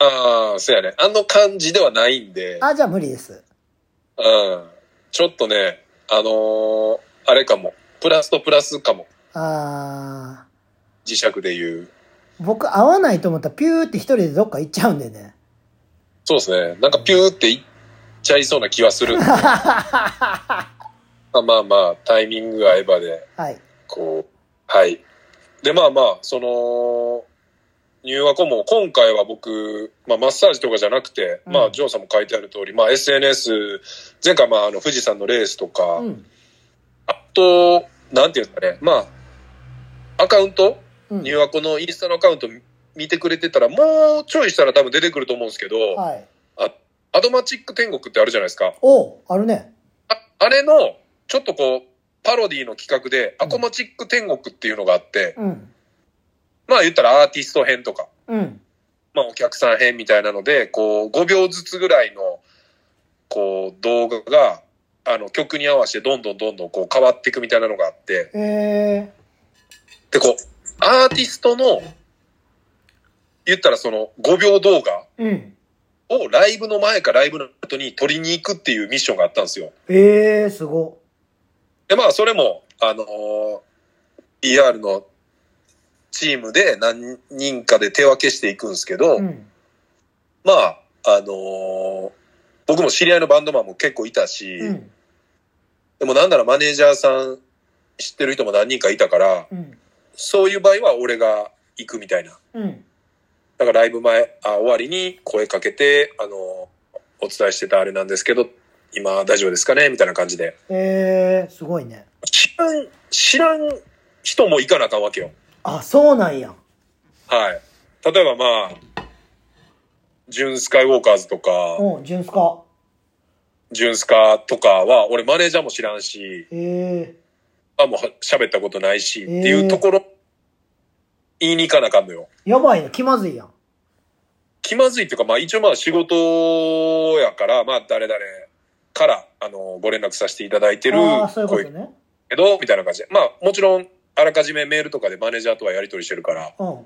ああ、そうやね。あの感じではないんで。
あ、じゃあ無理です。
うん。ちょっとね、あのーあれかも。プラスとプラスかも。
あ
磁石で言う。
ー、僕合わないと思ったらピューって一人でどっか行っちゃうんでね。
そうですね。なんかピューっていっちゃいそうな気は する。まあまあまあ、タイミングが合えばで、
はい。
こう、はい。で、まあまあ、その、入学も今回は僕、まあマッサージとかじゃなくて、
うん
まあジョーさんも書いてある通り、まあ SNS、前回まああの富士山のレースとか、
うん。
あと、なんていうんですかね、まあ、アカウント、
うん。
入学のインスタのアカウント見てくれてたら、もうちょいしたら多分出てくると思うんですけど、
はい。
アドマチック天国ってあるじゃないですか。
おうあるね。
ああれの、ちょっとこう、パロディの企画で、
うん
アコマチック天国っていうのがあって、
うん。
まあ言ったらアーティスト編とか、
うん。
まあお客さん編みたいなので、こう、5秒ずつぐらいの、こう、動画が、あの、曲に合わせてどんどんどんどんこう変わっていくみたいなのがあって、
え
で、こう、アーティストの、言ったらその5秒動画
ー、うん。
をライブの前かライブの後に撮りに行くっていうミッションがあったんですよ。
ええー、すご。
で、まあ、それも、あのー ER のチームで何人かで手分けしていくんですけど、
うん。
まあ、あのー僕も知り合いのバンドマンも結構いたし、
うん。
でもなんならマネージャーさん知ってる人も何人かいたから、
うん。
そういう場合は俺が行くみたいな。
うん。
だからライブ前、あ終わりに声かけて、あのーお伝えしてたあれなんですけど、今大丈夫ですかねみたいな感じで。
ええー、すごいね。
知らん、知らん人も行かなあかんわけよ。
あ、そうなんや。
はい。例えばまあ、ジュンスカイウォーカーズとか、
うん、ジュンスカ。
ジュンスカとかは、俺マネージャーも知らんし、
え
あもうは喋ったことないし、
え
っ
ー
ていうところ、言いに行かなあかんのよ。
えー、やばいな、気まずいやん。
気まずいっていうか、まあ一応まあ仕事やから、まあ誰々から、あの、ご連絡させていただいてる
ああ、そういうこ
声
とね。
けど、みたいな感じで。まあもちろん、あらかじめメールとかでマネージャーとはやり取りしてるから、
うん。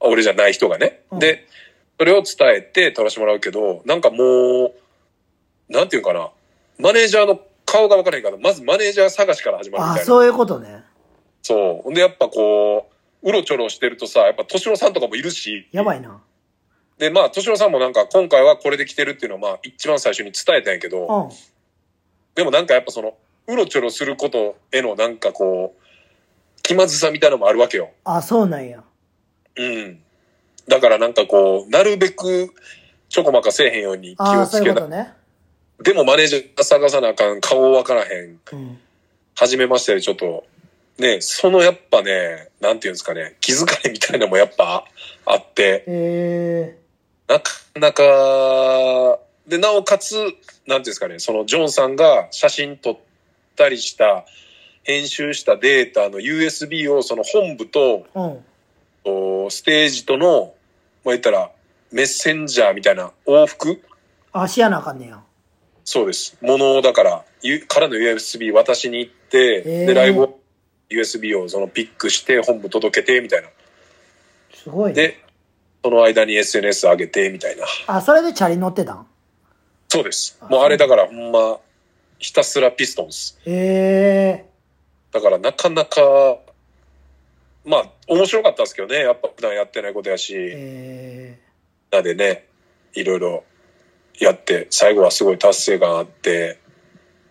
俺じゃない人がね。
うん
で、それを伝えて撮らせてもらうけど、なんかもう、なんていうんかな、マネージャーの顔がわからへんから、まずマネージャー探しから始まるみ
ああ、
たいな。
そういうことね。
そう。ほんで、やっぱこう、うろちょろしてるとさ、やっぱ敏郎さんとかもいるし、
やばいな。
で、まあ、敏郎さんもなんか今回はこれで来てるっていうのは、まあ、一番最初に伝えたんやけ
う
ど、
ん。
でもなんかやっぱその、うろちょろすることへのなんかこう、気まずさみたいなのもあるわけよ。
あ、そうなんや。
うん。だからなんかこう、なるべく、ちょこまかせえへんように気
あ
を
あ、そ
つ
うい
け
うこ
な
とね。
でもマネージャー探さなあかん、顔わからへん。
うん。
はじめましてでちょっと、ね、そのやっぱね、なんていうんですかね、気遣いみたいなのもやっぱあって、
え
なかなか、で、なおかつ、なんていうんですかね、そのジョンさんが写真撮ったりした、編集したデータの USB をその本部と、
えー、うん。
おステージとの、まあ、言ったら、メッセンジャーみたいな往復
あ、しやなあかんねや。
そうです。ものだから、ゆからの USB 渡しに行って、
へー
で、ライブを USB をそのピックして、本部届けて、みたいな。
すごいね。
で、その間に SNS 上げて、みたいな。
あ、それでチャリ乗ってたん
そうです。
あ
もうあれだから、ほんま、ひたすらピストンです。
ええ
だから、なかなか、まあ、面白かったですけどね。やっぱ普段やってないことやし、
ー、え
みんなでね、いろいろやって、最後はすごい達成感あって、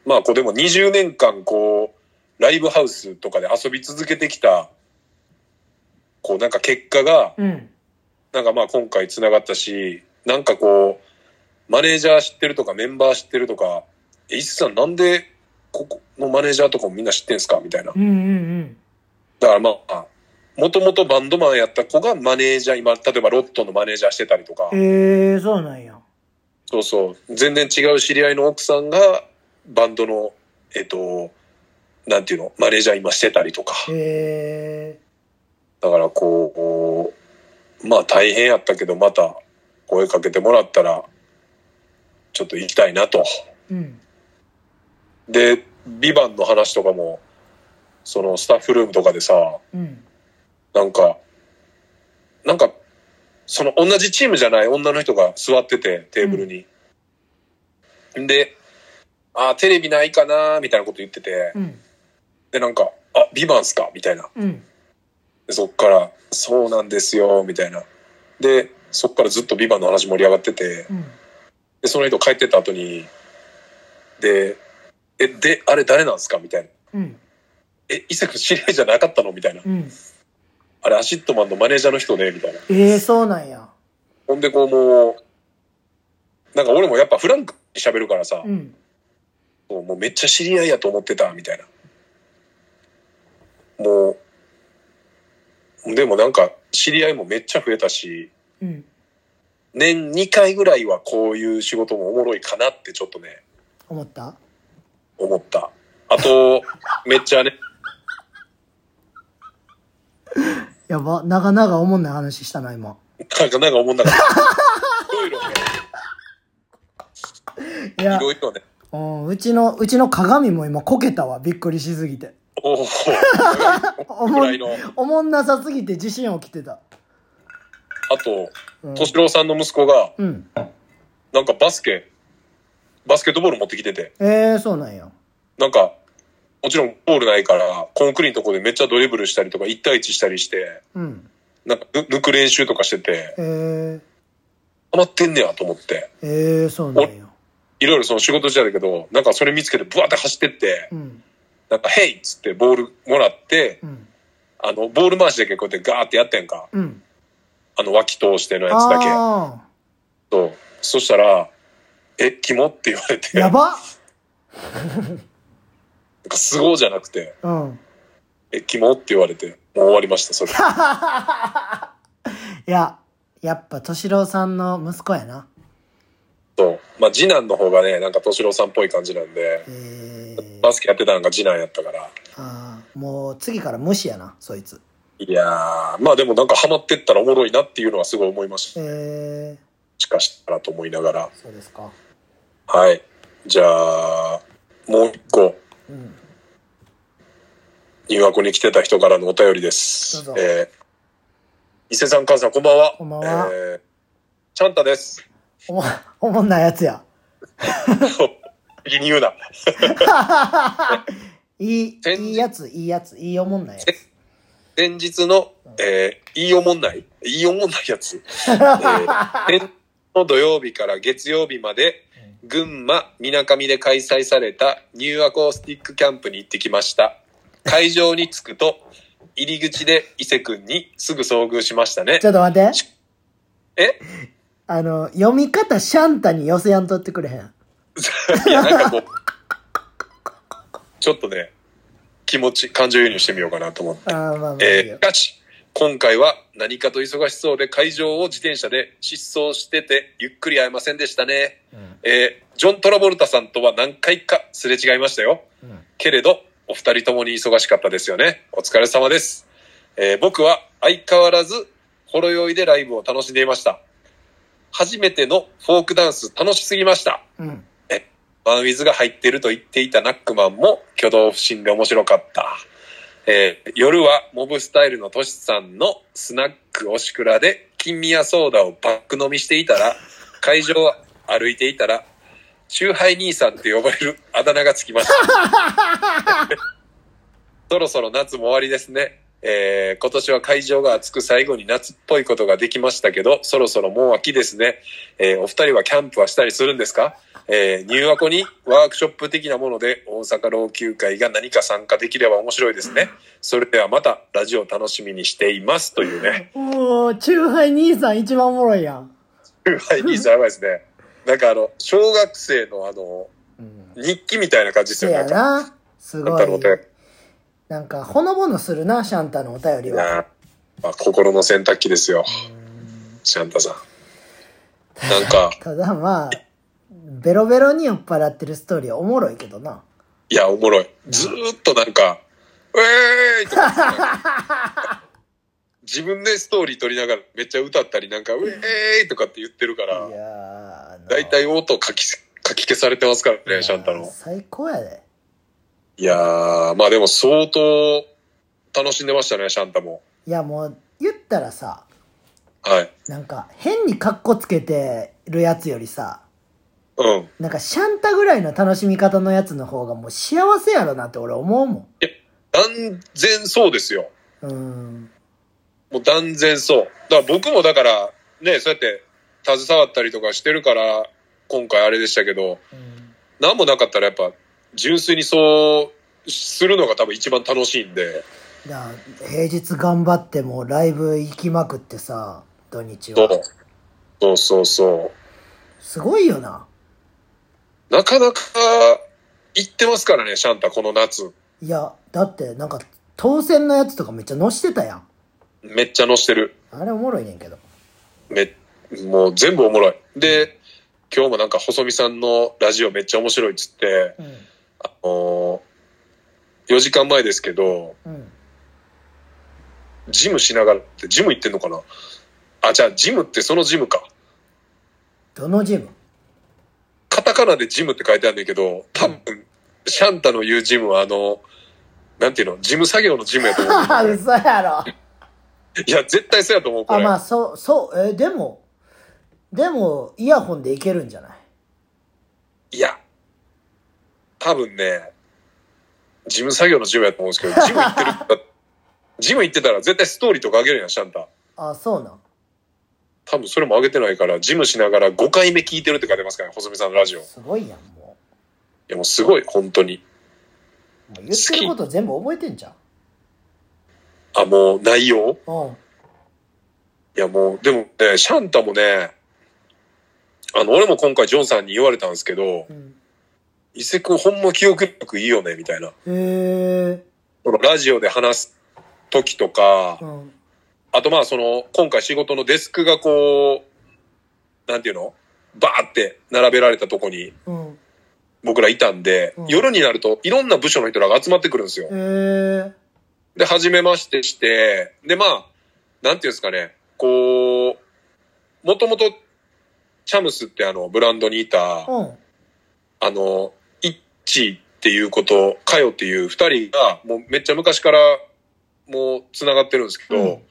まあこうでも20年間こう、ライブハウスとかで遊び続けてきた、こうなんか結果が
え、ー、うん。
なんかまあ今回繋がったし、なんかこう、マネージャー知ってるとかメンバー知ってるとか、え、いつさんなんでここのマネージャーとかもみんな知ってんすかみたいな。
うんうん
だからまあ、もともとバンドマンやった子がマネージャー、今、例えばロットのマネージャーしてたりとか。
うん。ええー、そうなんや。
そうそう。全然違う知り合いの奥さんが、バンドの、えっと、なんていうの、マネージャー今してたりとか。
え
だからこうこう、まあ大変やったけど、また声かけてもらったら、ちょっと行きたいなと。
えー、うん。
で、ビバンの話とかも、そのスタッフルームとかでさ、
うん。
なんか、なんか、その同じチームじゃない女の人が座ってて、テーブルに。で、あー、テレビないかなーみたいなこと言ってて
う、ん。
で、なんか、あ、ビバンっすかみたいな。
うん。
でそっから、そうなんですよ、みたいな。で、そっからずっとビバンの話盛り上がってて、
うん。
で、その人帰ってった後に、で、え、で、あれ誰なんすかみたいな。
うん。
え、伊勢くん知り合いじゃなかったのみたいな。
うん。
あれ、アシットマンのマネージャーの人ね、みたいな。
ええー、そうなんや。
ほんでこうもう、なんか俺もやっぱフランクに喋るからさ、
うん。
もうめっちゃ知り合いやと思ってた、みたいな。もう、でもなんか知り合いもめっちゃ増えたし、
うん。
年2回ぐらいはこういう仕事もおもろいかなってちょっとね、
思った
思った。あと、めっちゃね、
やば、なかなか思んない話したな、今。
なんか、なんか思んなかった。いろいろね、
い
い
や、
ろいろね、
うん、うちの、うちの鏡も今こけたわ。びっくりしすぎて。
おお。
お
ぐ
も
らい
ん、
の。
おもんなさすぎて自信起きてた。
あと、
うん。
敏郎さんの息子が、
うん、
なんかバスケ、バスケットボール持ってきてて、
ええそうなんや。
なんか、もちろんボールないから、コンクリートのとこでめっちゃドリブルしたりとか、1対1したりして、
うん。
なんかぬ抜く練習とかしてて、
えー、
ハマってんねやと思って、
えー、そうなんや。
いろいろその仕事してたんだけど、なんかそれ見つけてブワーって走ってって、
うん。
なんか、ヘイっつってボールもらって、
うん。
あの、ボール回しだけこうやってガーってやってんか。
うん。
あの、脇通してのやつだけ。
あ
そう。そしたら、え、キモって言われて、
あ。やば
なんか、すごじゃなくて、
うん。
え、キモって言われて、もう終わりました、それ。
いや、やっぱ敏郎さんの息子やな。
そう。まあ、次男の方がね、なんか、敏郎さんっぽい感じなんで、
えー、
バスケやってたのが次男やったから。
あーもう次から無視やな、そいつ。
いやー、まあでもなんか、ハマってったらおもろいなっていうのはすごい思いました。
えー、
しかしたらと思いながら。
そうですか。
はい。じゃあ、もう一個。
うん。
入学に来てた人からのお便りです
どう。ぞ
えー、伊勢さん、母さん、こんばんは。
こんばんは
えーちゃんたです。
おも、 おもんないやつや。
先に言うな。
いい、
全然
いいやつ、いいやつ、いいおもんないやつ。
先日の、えー、いいおもんない、いいおもんない やつ。えー先日の土曜日から月曜日まで、群馬みなかみで開催されたニューアコースティックキャンプに行ってきました。会場に着くと、入り口で伊勢くんにすぐ遭遇しましたね
ち。ょっと待って。
え
あの、読み方シャンタに寄せやんとってくれへん。
いや、なんかこう、ちょっとね、気持ち、感情輸入してみようかなと思っ
あ
て。
ーまあまあいい
え
よ
ー、。ガチ今回は何かと忙しそうで会場を自転車で失踪しててゆっくり会えませんでしたね。
うん
えージョン・トラボルタさんとは何回かすれ違いましたよ。
うん
けれど、お二人ともに忙しかったですよね。お疲れ様です。えー僕は相変わらず、ほろ酔いでライブを楽しんでいました。初めてのフォークダンス楽しすぎました。
うん。
マンウィズが入っていると言っていたナックマンも挙動不審で面白かった。えー夜はモブスタイルのトシさんのスナックおしくらで金宮ソーダをバック飲みしていたら、会場を歩いていたら、チューハイ兄さんって呼ばれるあだ名がつきました。そろそろ夏も終わりですね。えー今年は会場が暑く最後に夏っぽいことができましたけど、そろそろもう秋ですね。えーお二人はキャンプはしたりするんですかえー、入学にワークショップ的なもので大阪老朽会が何か参加できれば面白いですね。それではまたラジオ楽しみにしていますというね。
もう、チューハイ兄さん一番おもろいやん。
はい、兄さんやばいですね。なんかあの、小学生のあの、
うん。
日記みたいな感じです
せ
よね。な
や
んか
な。す
なん
ご
だろう
い
ね。。
なんか、ほのぼのするな、シャンタのお便り
い
は。
やまあ、心の洗濯機ですよ。
うん
シャンタさん。なんか、
ただまあ、ベロベロに酔っ払ってるストーリーはおもろいけどな。
いや、おもろい。ずーっとなんか、ウェーイとか言ってなんか、 自分でストーリー撮りながらめっちゃ歌ったり、なんか、ウェーイとかって言ってるか
いや
ら、
ーあの
大体音書き、書き消されてますから
いやー
ね、シャンタの。
最高やで。
いやー、まあでも相当楽しんでましたね、シャンタも。
いやもう、言ったらさ、
はい。
なんか、変にカッコつけてるやつよりさ、
うん。
なんかシャンタぐらいの楽しみ方のやつの方がもう幸せやろなって俺思うもん。
断然そうですよ。
うーん。
もう断然そう。だから僕もだから、ね、そうやって携わったりとかしてるから、今回あれでしたけど、
うん
何もなかったらやっぱ純粋にそうするのが多分一番楽しいんで、
だから平日頑張ってもうライブ行きまくってさ、土日
そ
は
う。そうそうそ
すごいよな。
うなかなか行ってますからねシャンタこの夏
いや、だってなんか当選のやつとかめっちゃ載してたやん。
めっちゃ乗してる
あれおもろいねんけど。
めもう全部おもろいで今日もなんか細見さんのラジオめっちゃ面白いっつって
うん。
あのー、4時間前ですけど
うん。
ジムしながらってジム行ってんのかなあじゃあジムってそのジムか
どのジム
カタカナでジムって書いてあるんだけど、多分、シャンタの言うジムはあの、なんていうの、事務作業のジムやと思う。
あ嘘やろ。
いや、絶対そうやと思う、こ
あ、
れ。
まあ、そう、そう、え、でも、でも、イヤホンでいけるんじゃない
いや、多分ね、事務作業のジムやと思うんですけど、ジム行ってる ってジム行ってたら絶対ストーリーとかあげるやん、シャンタ。
あ、そうなん。
多分それも上げてないから、ジムしながら5回目聞いてるって書いてますからね、細見さんのラジオ。い
すごいやん、も
や、もうすごい、本当に。
う。もう言ってること全部覚えてんじゃん。
あ、もう内容
うん。
いや、もう、でもね、シャンタもね、あの、俺も今回ジョンさんに言われたんですけど、
うん、
伊勢くんほんま記憶力いいよね、みたいな。
へえ。
そのラジオで話す時とか
う、ん。
あとまあその、今回仕事のデスクがこう、なんていうのバーって並べられたとこに
うん。
僕らいたんで、
うん
夜になるといろんな部署の人らが集まってくるんですよ
へ。え。
で、初めましてして、でまあ、なんていうんですかね、こう、もともとチャムスってあの、ブランドにいた、
うん。
あの、イッチっていうこと、かよっていう二人が、もうめっちゃ昔から、もう繋がってるんですけど、
うん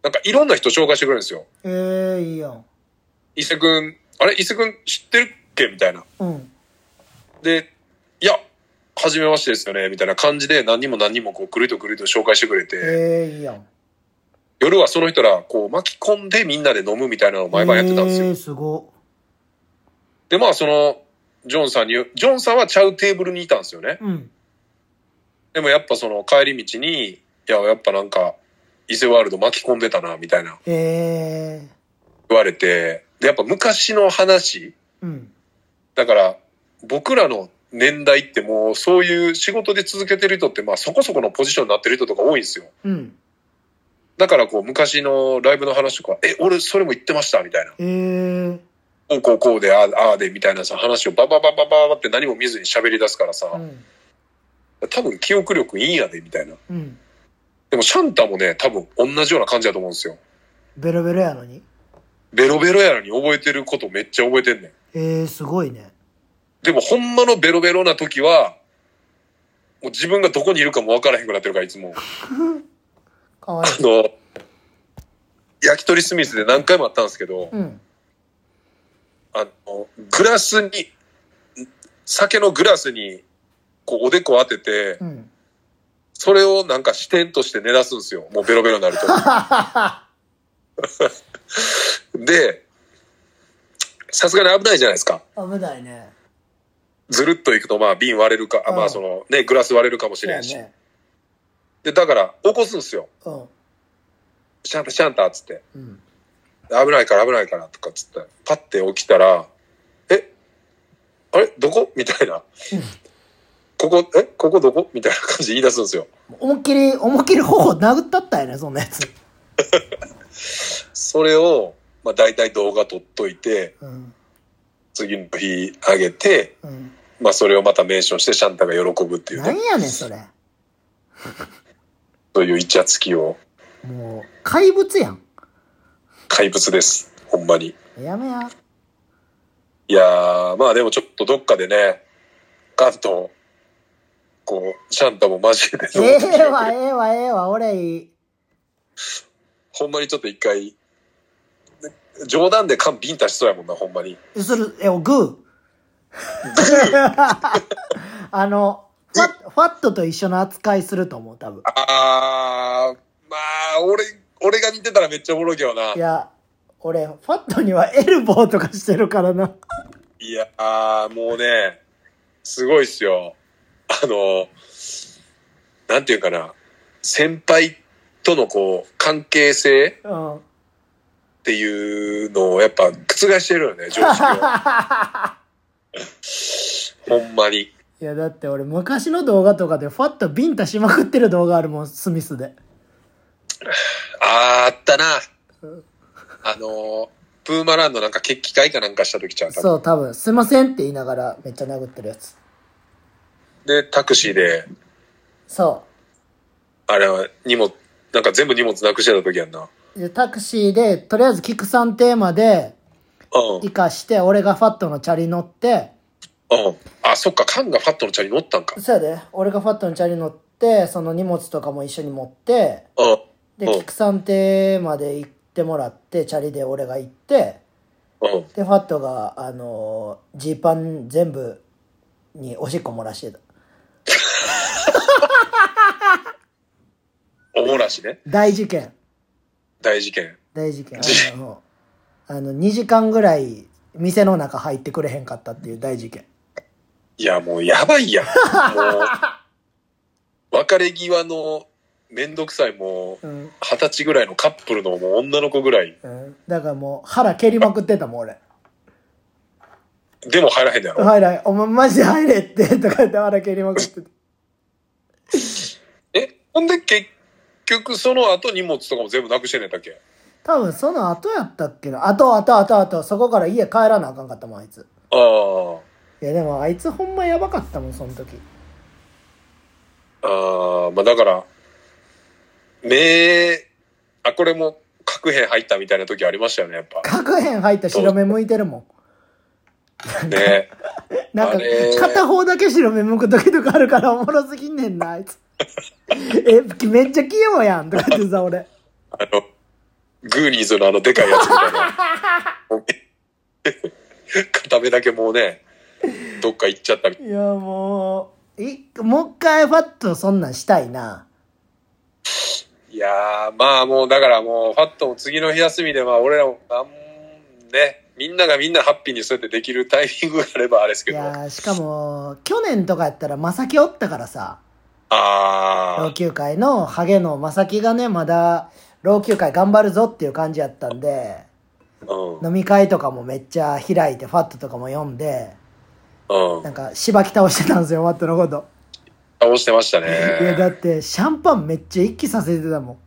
なんかいろんな人紹介してくれるんですよ。
ええ、いいやん。
伊勢くん、あれ伊勢くん知ってるっけみたいな。
うん。
で、いや、初めましてですよね、みたいな感じで何人も何人もこう、くるりとくるりと紹介してくれて、
ええ、いいやん。
夜はその人ら、こう、巻き込んでみんなで飲むみたいなのを毎晩やってたんですよ。
ええ、すご。
で、まあ、その、ジョンさんに、ジョンさんはちゃうテーブルにいたんですよね。
うん。
でもやっぱその帰り道に、いや、やっぱなんか、伊勢ワールド巻き込んでたな、みたいな
ええ。
言われて、で、やっぱ昔の話、
うん。
だから、僕らの年代ってもう、そういう仕事で続けてる人って、まあそこそこのポジションになってる人とか多いんですよ。
うん。
だからこう、昔のライブの話とか、え、俺それも言ってました、みたいな。
ええ。
こうこうこうで、ああああで、みたいなさ、話をババババババって何も見ずに喋り出すからさ、
うん。
多分記憶力いいんやで、みたいな。
うん。
でもシャンタもね、多分同じような感じだと思うんですよ。
ベロベロやのに。
ベロベロやのに覚えてることめっちゃ覚えてんねん。
ええ、すごいね。
でもほんまのベロベロな時は、もう自分がどこにいるかもわからへんくなってるから、いつも。
かわいい
あ。の、焼き鳥スミスで何回もあったんですけど、
うん。
あの、グラスに、酒のグラスに、こう、おでこ当てて
う、 ん。
それをなんか視点として寝出すんですよ。もうベロベロになると。で、さすがに危ないじゃないですか。
危ないね。
ずるっと行くと、まあ、瓶割れるか、あま
うん
あ、その、ね、グラス割れるかもし
そう
れ
や
んし。
ね。
で、だから、起こすんですよ。
うん。
シャンタ、シャンタ、つって。
うん。
危ないから、危ないから、とか、つって。パッて起きたら、えあれどこみたいな。ここ、えここどこみたいな感じで言い出すんですよ。
思いっきり、思いっきり頬殴ったったよね、そんなやつ。
それを、まあ、大体動画撮っといて、
うん。
次の日あげて、
うん。
まあ、それをまたメンションして、シャンタが喜ぶっていう
なん
ね、
やねん、それ。
そういうイチャつきを、
もう、怪物やん。
怪物です。ほんまに。
やめや。
いやー、まあでもちょっとどっかでね、ガンと、こう、シャンタもマジで、
ええわ、ええわ、ええわ、俺いい。
ほんまにちょっと一回、冗談で缶ビンタしそうやもんな、ほんまに。
えする、え、おグー。 あの、ファッファットと一緒の扱いすると思う、多分。。
あー、まあ、俺、俺が似てたらめっちゃおもろいけどない
や、俺、ファットにはエルボーとかしてるからな。
いやー、もうね、すごいっすよ。あの、なんていうかな、先輩とのこう、関係性
うん。
っていうのをやっぱ覆してるよね、常識を。ほんまに。
いや、だって俺、昔の動画とかでファットビンタしまくってる動画あるもん、スミスで。
あー、あったな。あのー、プーマランドなんか決起会かなんかした時ちゃう多分
そう、多分、すいませんって言いながらめっちゃ殴ってるやつ。
で、タクシーで、
そ
あれは荷物、なんか全部荷物なくしてた時やんな。
う。で、タクシーで、とりあえず、菊さんテーマで、
うん。
生かして、俺がファットのチャリ乗って、
うん。あ、そっか、カンがファットのチャリ乗ったんか。
そうやで、俺がファットのチャリ乗って、その荷物とかも一緒に持って、
うん。
で、
うん
菊さん邸まで行ってもらって、チャリで俺が行って、
うん。
で、ファットが、あのージーパン全部におしっこ漏らしてた。
おもらしね。
大事件。
大事件。
大事件。あの、あの2時間ぐらい店の中入ってくれへんかったっていう大事件。
いや、もうやばいやん。もう、別れ際のめんどくさい、もう、
うん。
二十歳ぐらいのカップルのもう女の子ぐらい。
うん。だからもう腹蹴りまくってたもん、俺。
でも入らへんだろ。
入らへん。お前マジで入れって、 とか言って腹蹴りまくってた。
え、ほんで結局その後荷物とかも全部なくしてんねんだっけ
多分その後やったっけな。後、後、後、後、そこから家帰らなあかんかったもん、あいつ。
ああ。
いや、でもあいつほんまやばかったもん、その時。
あーまあだから、目、あ、これも核兵入ったみたいな時ありましたよね、やっ ぱ。
角辺入った白目向いてるもん。
ね。
なんか
あれ、ー
片方だけ白目向く時とかあるからおもろすぎんねんな、あいつ。え、めっちゃ器用やん、とか言ってさ、俺。
あの、グーニーズのあのでかいやつみたいな。もう片目だけもうね、どっか行っちゃったみたい
いや、もう、い、もう一回ファットそんなんしたいな。
いやー、まあもうだからもう、ファットも次の日休みで、まあ俺らも、なんね、みんながみんなハッピーにそうやってできるタイミングがあればあれです
い
けど。
や
あ
ーしかも、去年とかやったら、まさきおったからさ、老
あ
朽会のハゲのまさきがね、まだ、老朽会頑張るぞっていう感じやったんで、
ー、うん、
飲み会とかもめっちゃ開いて、ファットとかも読んで、
うん
な。んか、しばき倒してたんですよ、ファットのこと。
倒してましたね。
いや、だって、シャンパンめっちゃ一気させてたもん。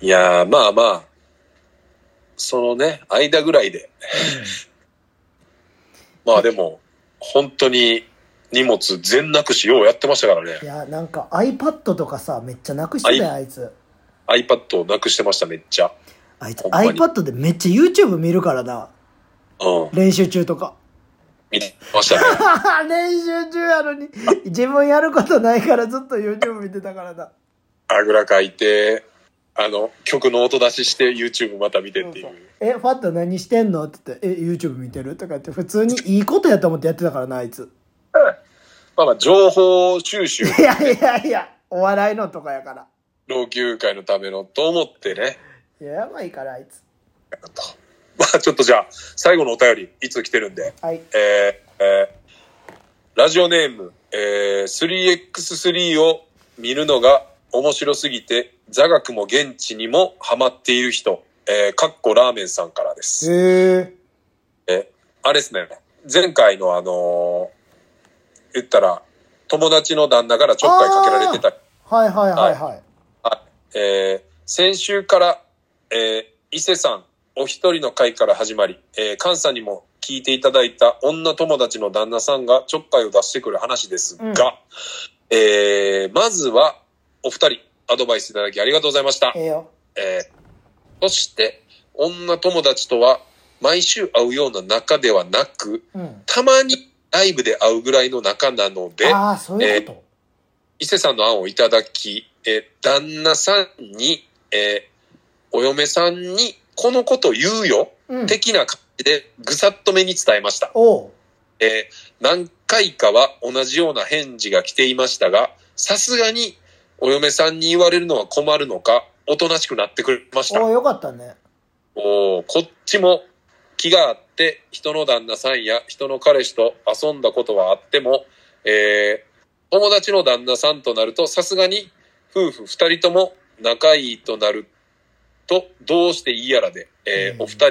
いやー、まあまあ、そのね、間ぐらいで。まあでも、本当に荷物全なくしようやってましたから
い
ね。
や、なんか iPad とかさ、めっちゃなくしてたよ、
あ
あいつ。
iPad をなくしてました、めっちゃ。
あいつ
ほんまに
iPad でめっちゃ YouTube 見るからな。
うん。
練習中とか。
見てましたね。
練習中やのに、自分やることないからずっと YouTube 見てたからだ。
あぐらかいて、あの、曲の音出しして YouTube また見てっていう。
え、ファット何してんのって言って、え、YouTube 見てるとかって、普通にいいことやと思ってやってたからな、あいつ。
まあまあ、情報収集、
いやいやいや、お笑いのとかやから。
老朽化のためのと思ってね。
いや、やばいから、あいつ。
とまあちょっとじゃあ、最後のお便り、いつ来てるんで。
はい。
えーえーラジオネーム、えー 3x3 を見るのが面白すぎて、座学も現地にもハマっている人、えー、かっこラーメンさんからです。
へえ。
えーあれですね、前回のあのー言ったら、友達の旦那からちょっかいかけられてた、
はいはいはいはい。
はいえー先週から、えー伊勢さんお一人の会から始まり、えー菅さんにも聞いていただいた女友達の旦那さんがちょっかいを出してくる話ですが、
うん
えーまずはお二人アドバイスいただきありがとうございました
え。えよ。
えーそして、女友達とは毎週会うような仲ではなく、
うん。
たまにライブで会うぐらいの仲なので、
ああ、そういうこと。
伊勢さんの案をいただき、えー旦那さんに、えーお嫁さんにこのこと言うよ、
うん。
的な感じでぐさっと目に伝えました。
おう。
えー何回かは同じような返事が来ていましたが、さすがにお嫁さんに言われるのは困るのか、おとなしくなってくれました。
おう、よかったね。
おーこっちも気があって人の旦那さんや人の彼氏と遊んだことはあっても、えー友達の旦那さんとなるとさすがに夫婦二人とも仲いいとなるとどうしていいやらで、えー
うん
お二人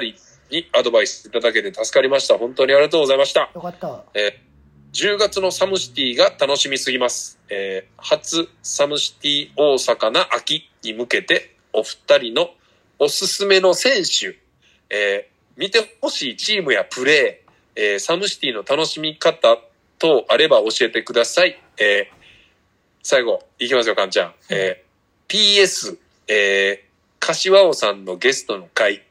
にアドバイスいただけて助かりました本当にありがとうございました
よかったわ。
えー10月のサムシティが楽しみすぎます。えー初サムシティ大阪な秋に向けて、お二人のおすすめの選手、えー見てほしいチームやプレー、えーサムシティの楽しみ方等あれば教えてください。えー最後、いきますよ、かんちゃん。えー PS、えー柏尾さんのゲストの回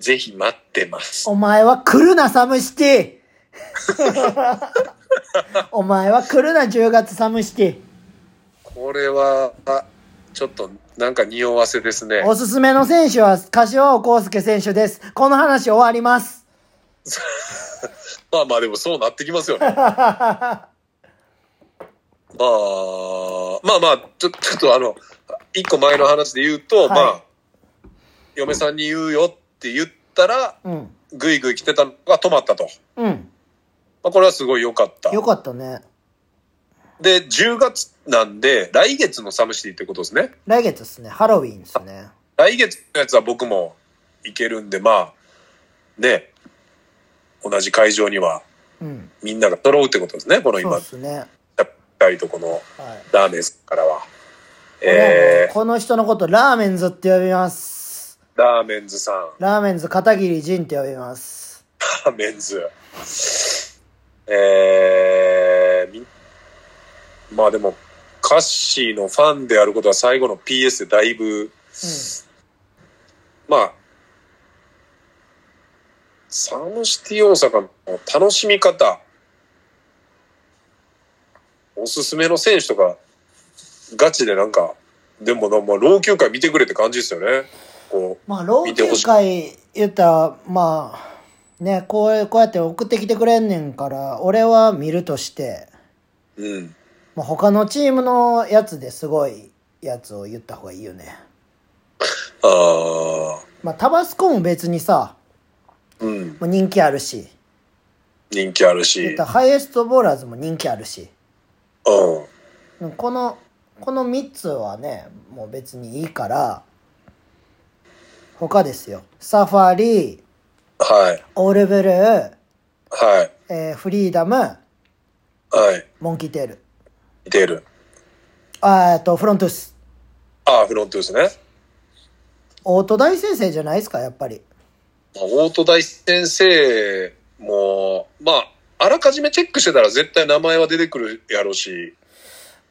ぜひ待ってます。
お前は来るな、サムシテ ィお前は来るな、10月サムシテ
これは、あちょっとなんか匂わせですね
ィ。。おすすめの選手は、柏尾康介選手です。この話終わります。
まあまあでもそうなってきます よね。まあ、まあまあ、ちょちょっとあの、一個前の話で言うと、
はい
まあ、嫁さんに言うよって言ったら、
うん。
ぐいぐい来てたのが止まったと。
うん。
まあ、これはすごい良かった。
よかったね。
で、10月なんで、来月のサムシティってことですね。
来月ですね。ハロウィンですね。
来月のやつは僕も行けるんで、まあ、ね、同じ会場には
うん。
みんなが揃うってことですね。こ
そ
の
う
今
で、すね。
やったりとこの
はい。
ラーメンさんからは。
俺は
え
もうこの人のこと、ラーメンズって呼びます。
ー、ラーメンズさん、
ラーメンズ片桐仁って呼びます。
ラーメンズ。えー、みまあでも、カッシーのファンであることは最後の PS でだいぶ、まあ、サムシティ大阪の楽しみ方、おすすめの選手とか、ガチでなんか、でもな、まあ、老朽化見てくれって感じですよね。こ
まあ、老
見てほし
朽
い
会言ったら、まあ、ね、こう、こうやって送ってきてくれんねんから、俺は見るとして、
う、うん。
まあ、他のチームのやつですごいやつを言った方がいいよね。
ああ、
まあ、タバスコも別にさ、
うん。
もう人気あるし、
人気ある
言
し
っ。たらハイエストボーラーズも人気あるし、
うん。
うんこの、この3つはね、もう別にいいから、他ですよ。サファリ、
はい。
オールブルー、
はい。
えーフリーダム、
はい。
モンキーテール。
似てる。
あーえっと、フロントゥース。
ああ、フロントですね。
大戸大先生じゃないですか、やっぱり。
まあ、大戸大先生も、まあ、あらかじめチェックしてたら絶対名前は出てくるやろうし、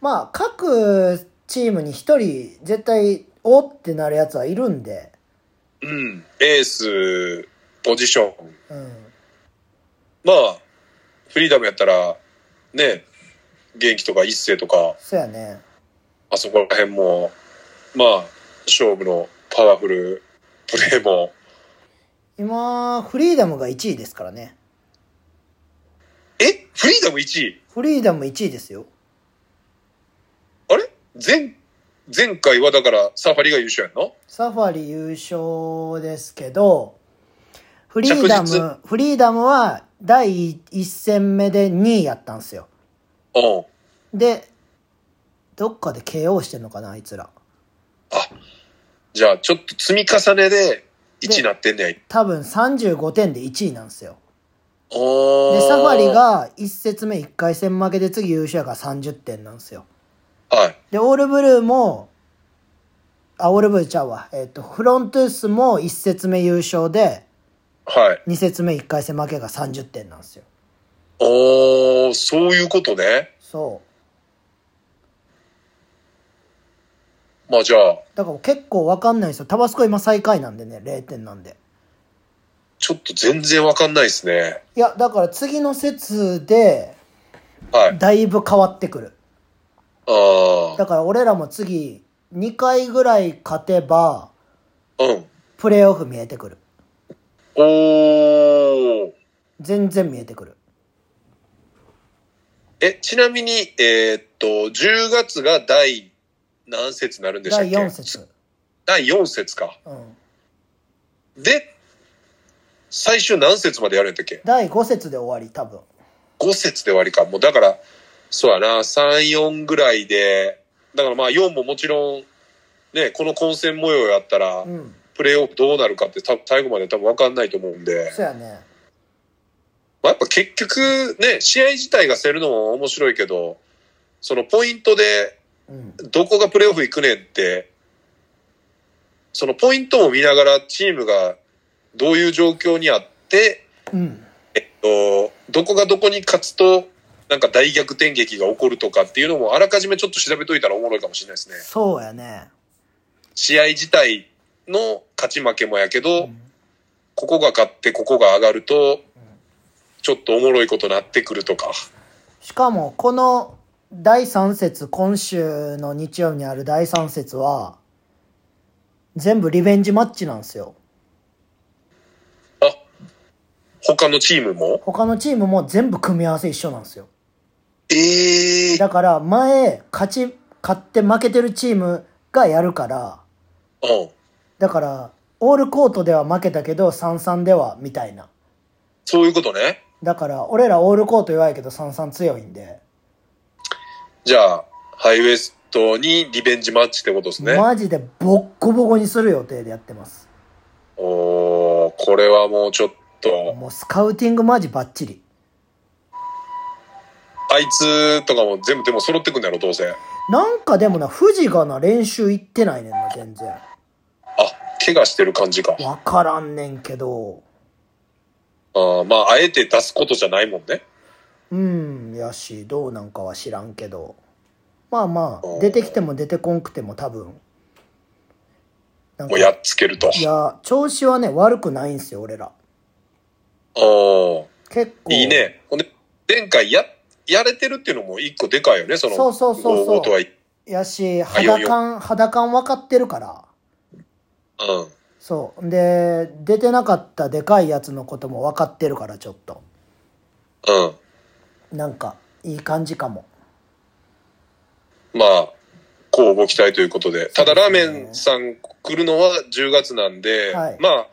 まあ、各チームに一人、絶対、おってなるやつはいるんで。
うん、エース、ポジション。
うん。
まあ、フリーダムやったら、ね、元気とか一世とか、
そうやね。
あそこら辺も、まあ、勝負のパワフルプレーも、
今、フリーダムが1位ですからね。
えフリーダム1位
フリーダム1位ですよ。
あれ前、前回はだからサファリが優勝やんの
サファリ優勝ですけど、フリーダ
着
ム、フリーダムは第1戦目で2位やったんですよ。
うん。
で、どっかで KO してんのかな、あいつら。
じゃあ、ちょっと積み重ねで1になってんねや。
多分35点で1位なんですよ。
お
で、
ー
サファリ、が1節目1回戦負けで次優勝やから30点なんですよ。
はい。
で、オールブルーも、あ、オールブルーちゃうわ。えっ、と、フロントゥースも1節目優勝で、
はい。
2節目1回戦負けが30点なんですよ。
おー、そういうことね。
そう。
まあじゃあ、
だから結構わかんないですよ。タバスコ今最下位なんでね、0点なんで。
ちょっと全然わかんないですね。
いや、だから次の節で、
はい。
だいぶ変わってくる。
あ
だから俺らも次、2回ぐらい勝てば、
あ、うん。
プレーオフ見えてくる。
おー。
全然見えてくる。
え、ちなみに、えーっと、10月が第何節になるんでしたっ
第
け
4。節。
第4節か。
うん。
で、最終何節までやるんだっけ
第5節で終わり、多分。
5節で終わりか。もうだから、そうやな、3、4ぐらいで、だからまあ4ももちろん、ね、この混戦模様やったら、
うん。
プレーオフどうなるかって多分最後まで多分分かんないと思うんで、
そうやね。
まあ、やっぱ結局ね、試合自体がせるのも面白いけど、そのポイントで
うん。
どこがプレーオフ行くねんって、そのポイントも見ながらチームがどういう状況にあって、
うん。
えっと、どこがどこに勝つと、なんか大逆転劇が起こるとかっていうのもあらかじめちょっと調べといたらおもろいかもしれないですね。
そうやね。
試合自体の勝ち負けもやけど、
うん
ここが勝ってここが上がると、ちょっとおもろいことになってくるとか。
しかも、この第3節、今週の日曜にある第3節は、全部リベンジマッチなんですよ。
あ、他のチームも
他のチームも全部組み合わせ一緒なんですよ。
ええ
だから、前、勝ち、勝って負けてるチームがやるから、
うん。
だから、オールコートでは負けたけど、3-3では、みたいな。
そういうことね。
だから、俺らオールコート弱いけど、3-3強いんで。
じゃあ、ハイウエストにリベンジマッチってことですね。
マジでボッコボコにする予定でやってます。
おー、これはもうちょっと、
もうスカウティングマジバッチリ。
あいつとかも全部でも揃ってくんだろ、どうせ。あ、
なんかでもな、富士がな、練習行ってないねんな、全然。
怪我してる感じか。
わからんねんけど。
あーまあ、あえて出すことじゃないもんね。
うん、やし、どうなんかは知らんけど。まあまあ、出てきても出てこんくても多分。なん
も
か
うやっつけると。
いや、調子はね、悪くないんすよ、俺ら。
おー、
結構。
いい。ね。ほんで、前回や、やれてるっていうのも一個でかいよね、その。
そうそうそうそう
大事は言
やし、
いよい
肌
よ
感、肌感分かってるから。
うん。
そう。で、出てなかったでかいやつのことも分かってるから、ちょっと。
うん。
なんか、いい感じかも。
まあ、こうご期待ということで。ただ、ラ
そ
ー
うですね
メンさん来るのは10月なんで、
はい
まあ、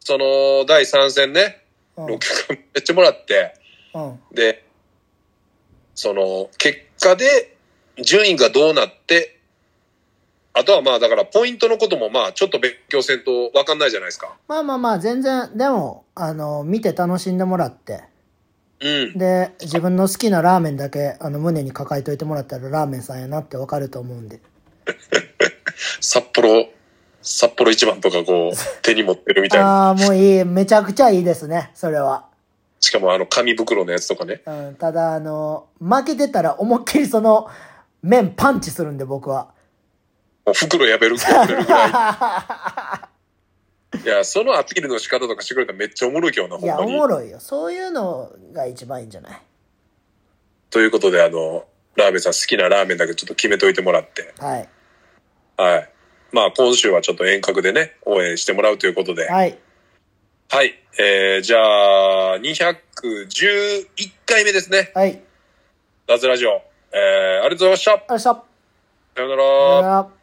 その、第3戦ね、
うん。
6曲めっちゃもらって、
うん。
で、その、結果で、順位がどうなって、あとはまあ、だから、ポイントのこともまあ、ちょっと勉強せんと分かんないじゃないですか。
まあまあまあ、全然、でも、あの、見て楽しんでもらって。
うん。
で、自分の好きなラーメンだけ、あの、胸に抱えといてもらったらラーメンさんやなって分かると思うんで。
札幌、札幌一番とかこう、手に持ってるみたいな。
ああ、もういい。めちゃくちゃいいですね、それは。
しかもあの、紙袋のやつとかね。
うん、ただ、あの、負けてたら思いっきりその、麺パンチするんで、僕 は。
もう袋やめる、やめ るぐらい。いや、そのアピールの仕方とかしてくれたらめっちゃおもろいけどな、ほ
い
ん
や、
ま
お
に。
もろいよ。そういうのが一番いいんじゃない
ということで、あの、ラーメンさん好きなラーメンだけちょっと決めといてもらって。
はい。
はい。まあ、今週はちょっと遠隔でね、応援してもらうということで。はい。
はい。
えー、じゃあ、211回目ですね。
はい。
ラズラジオ。えー、ありがとうございました。
ありがとう
さよ
ご
うな
ざいまし
ら
た。。さよなら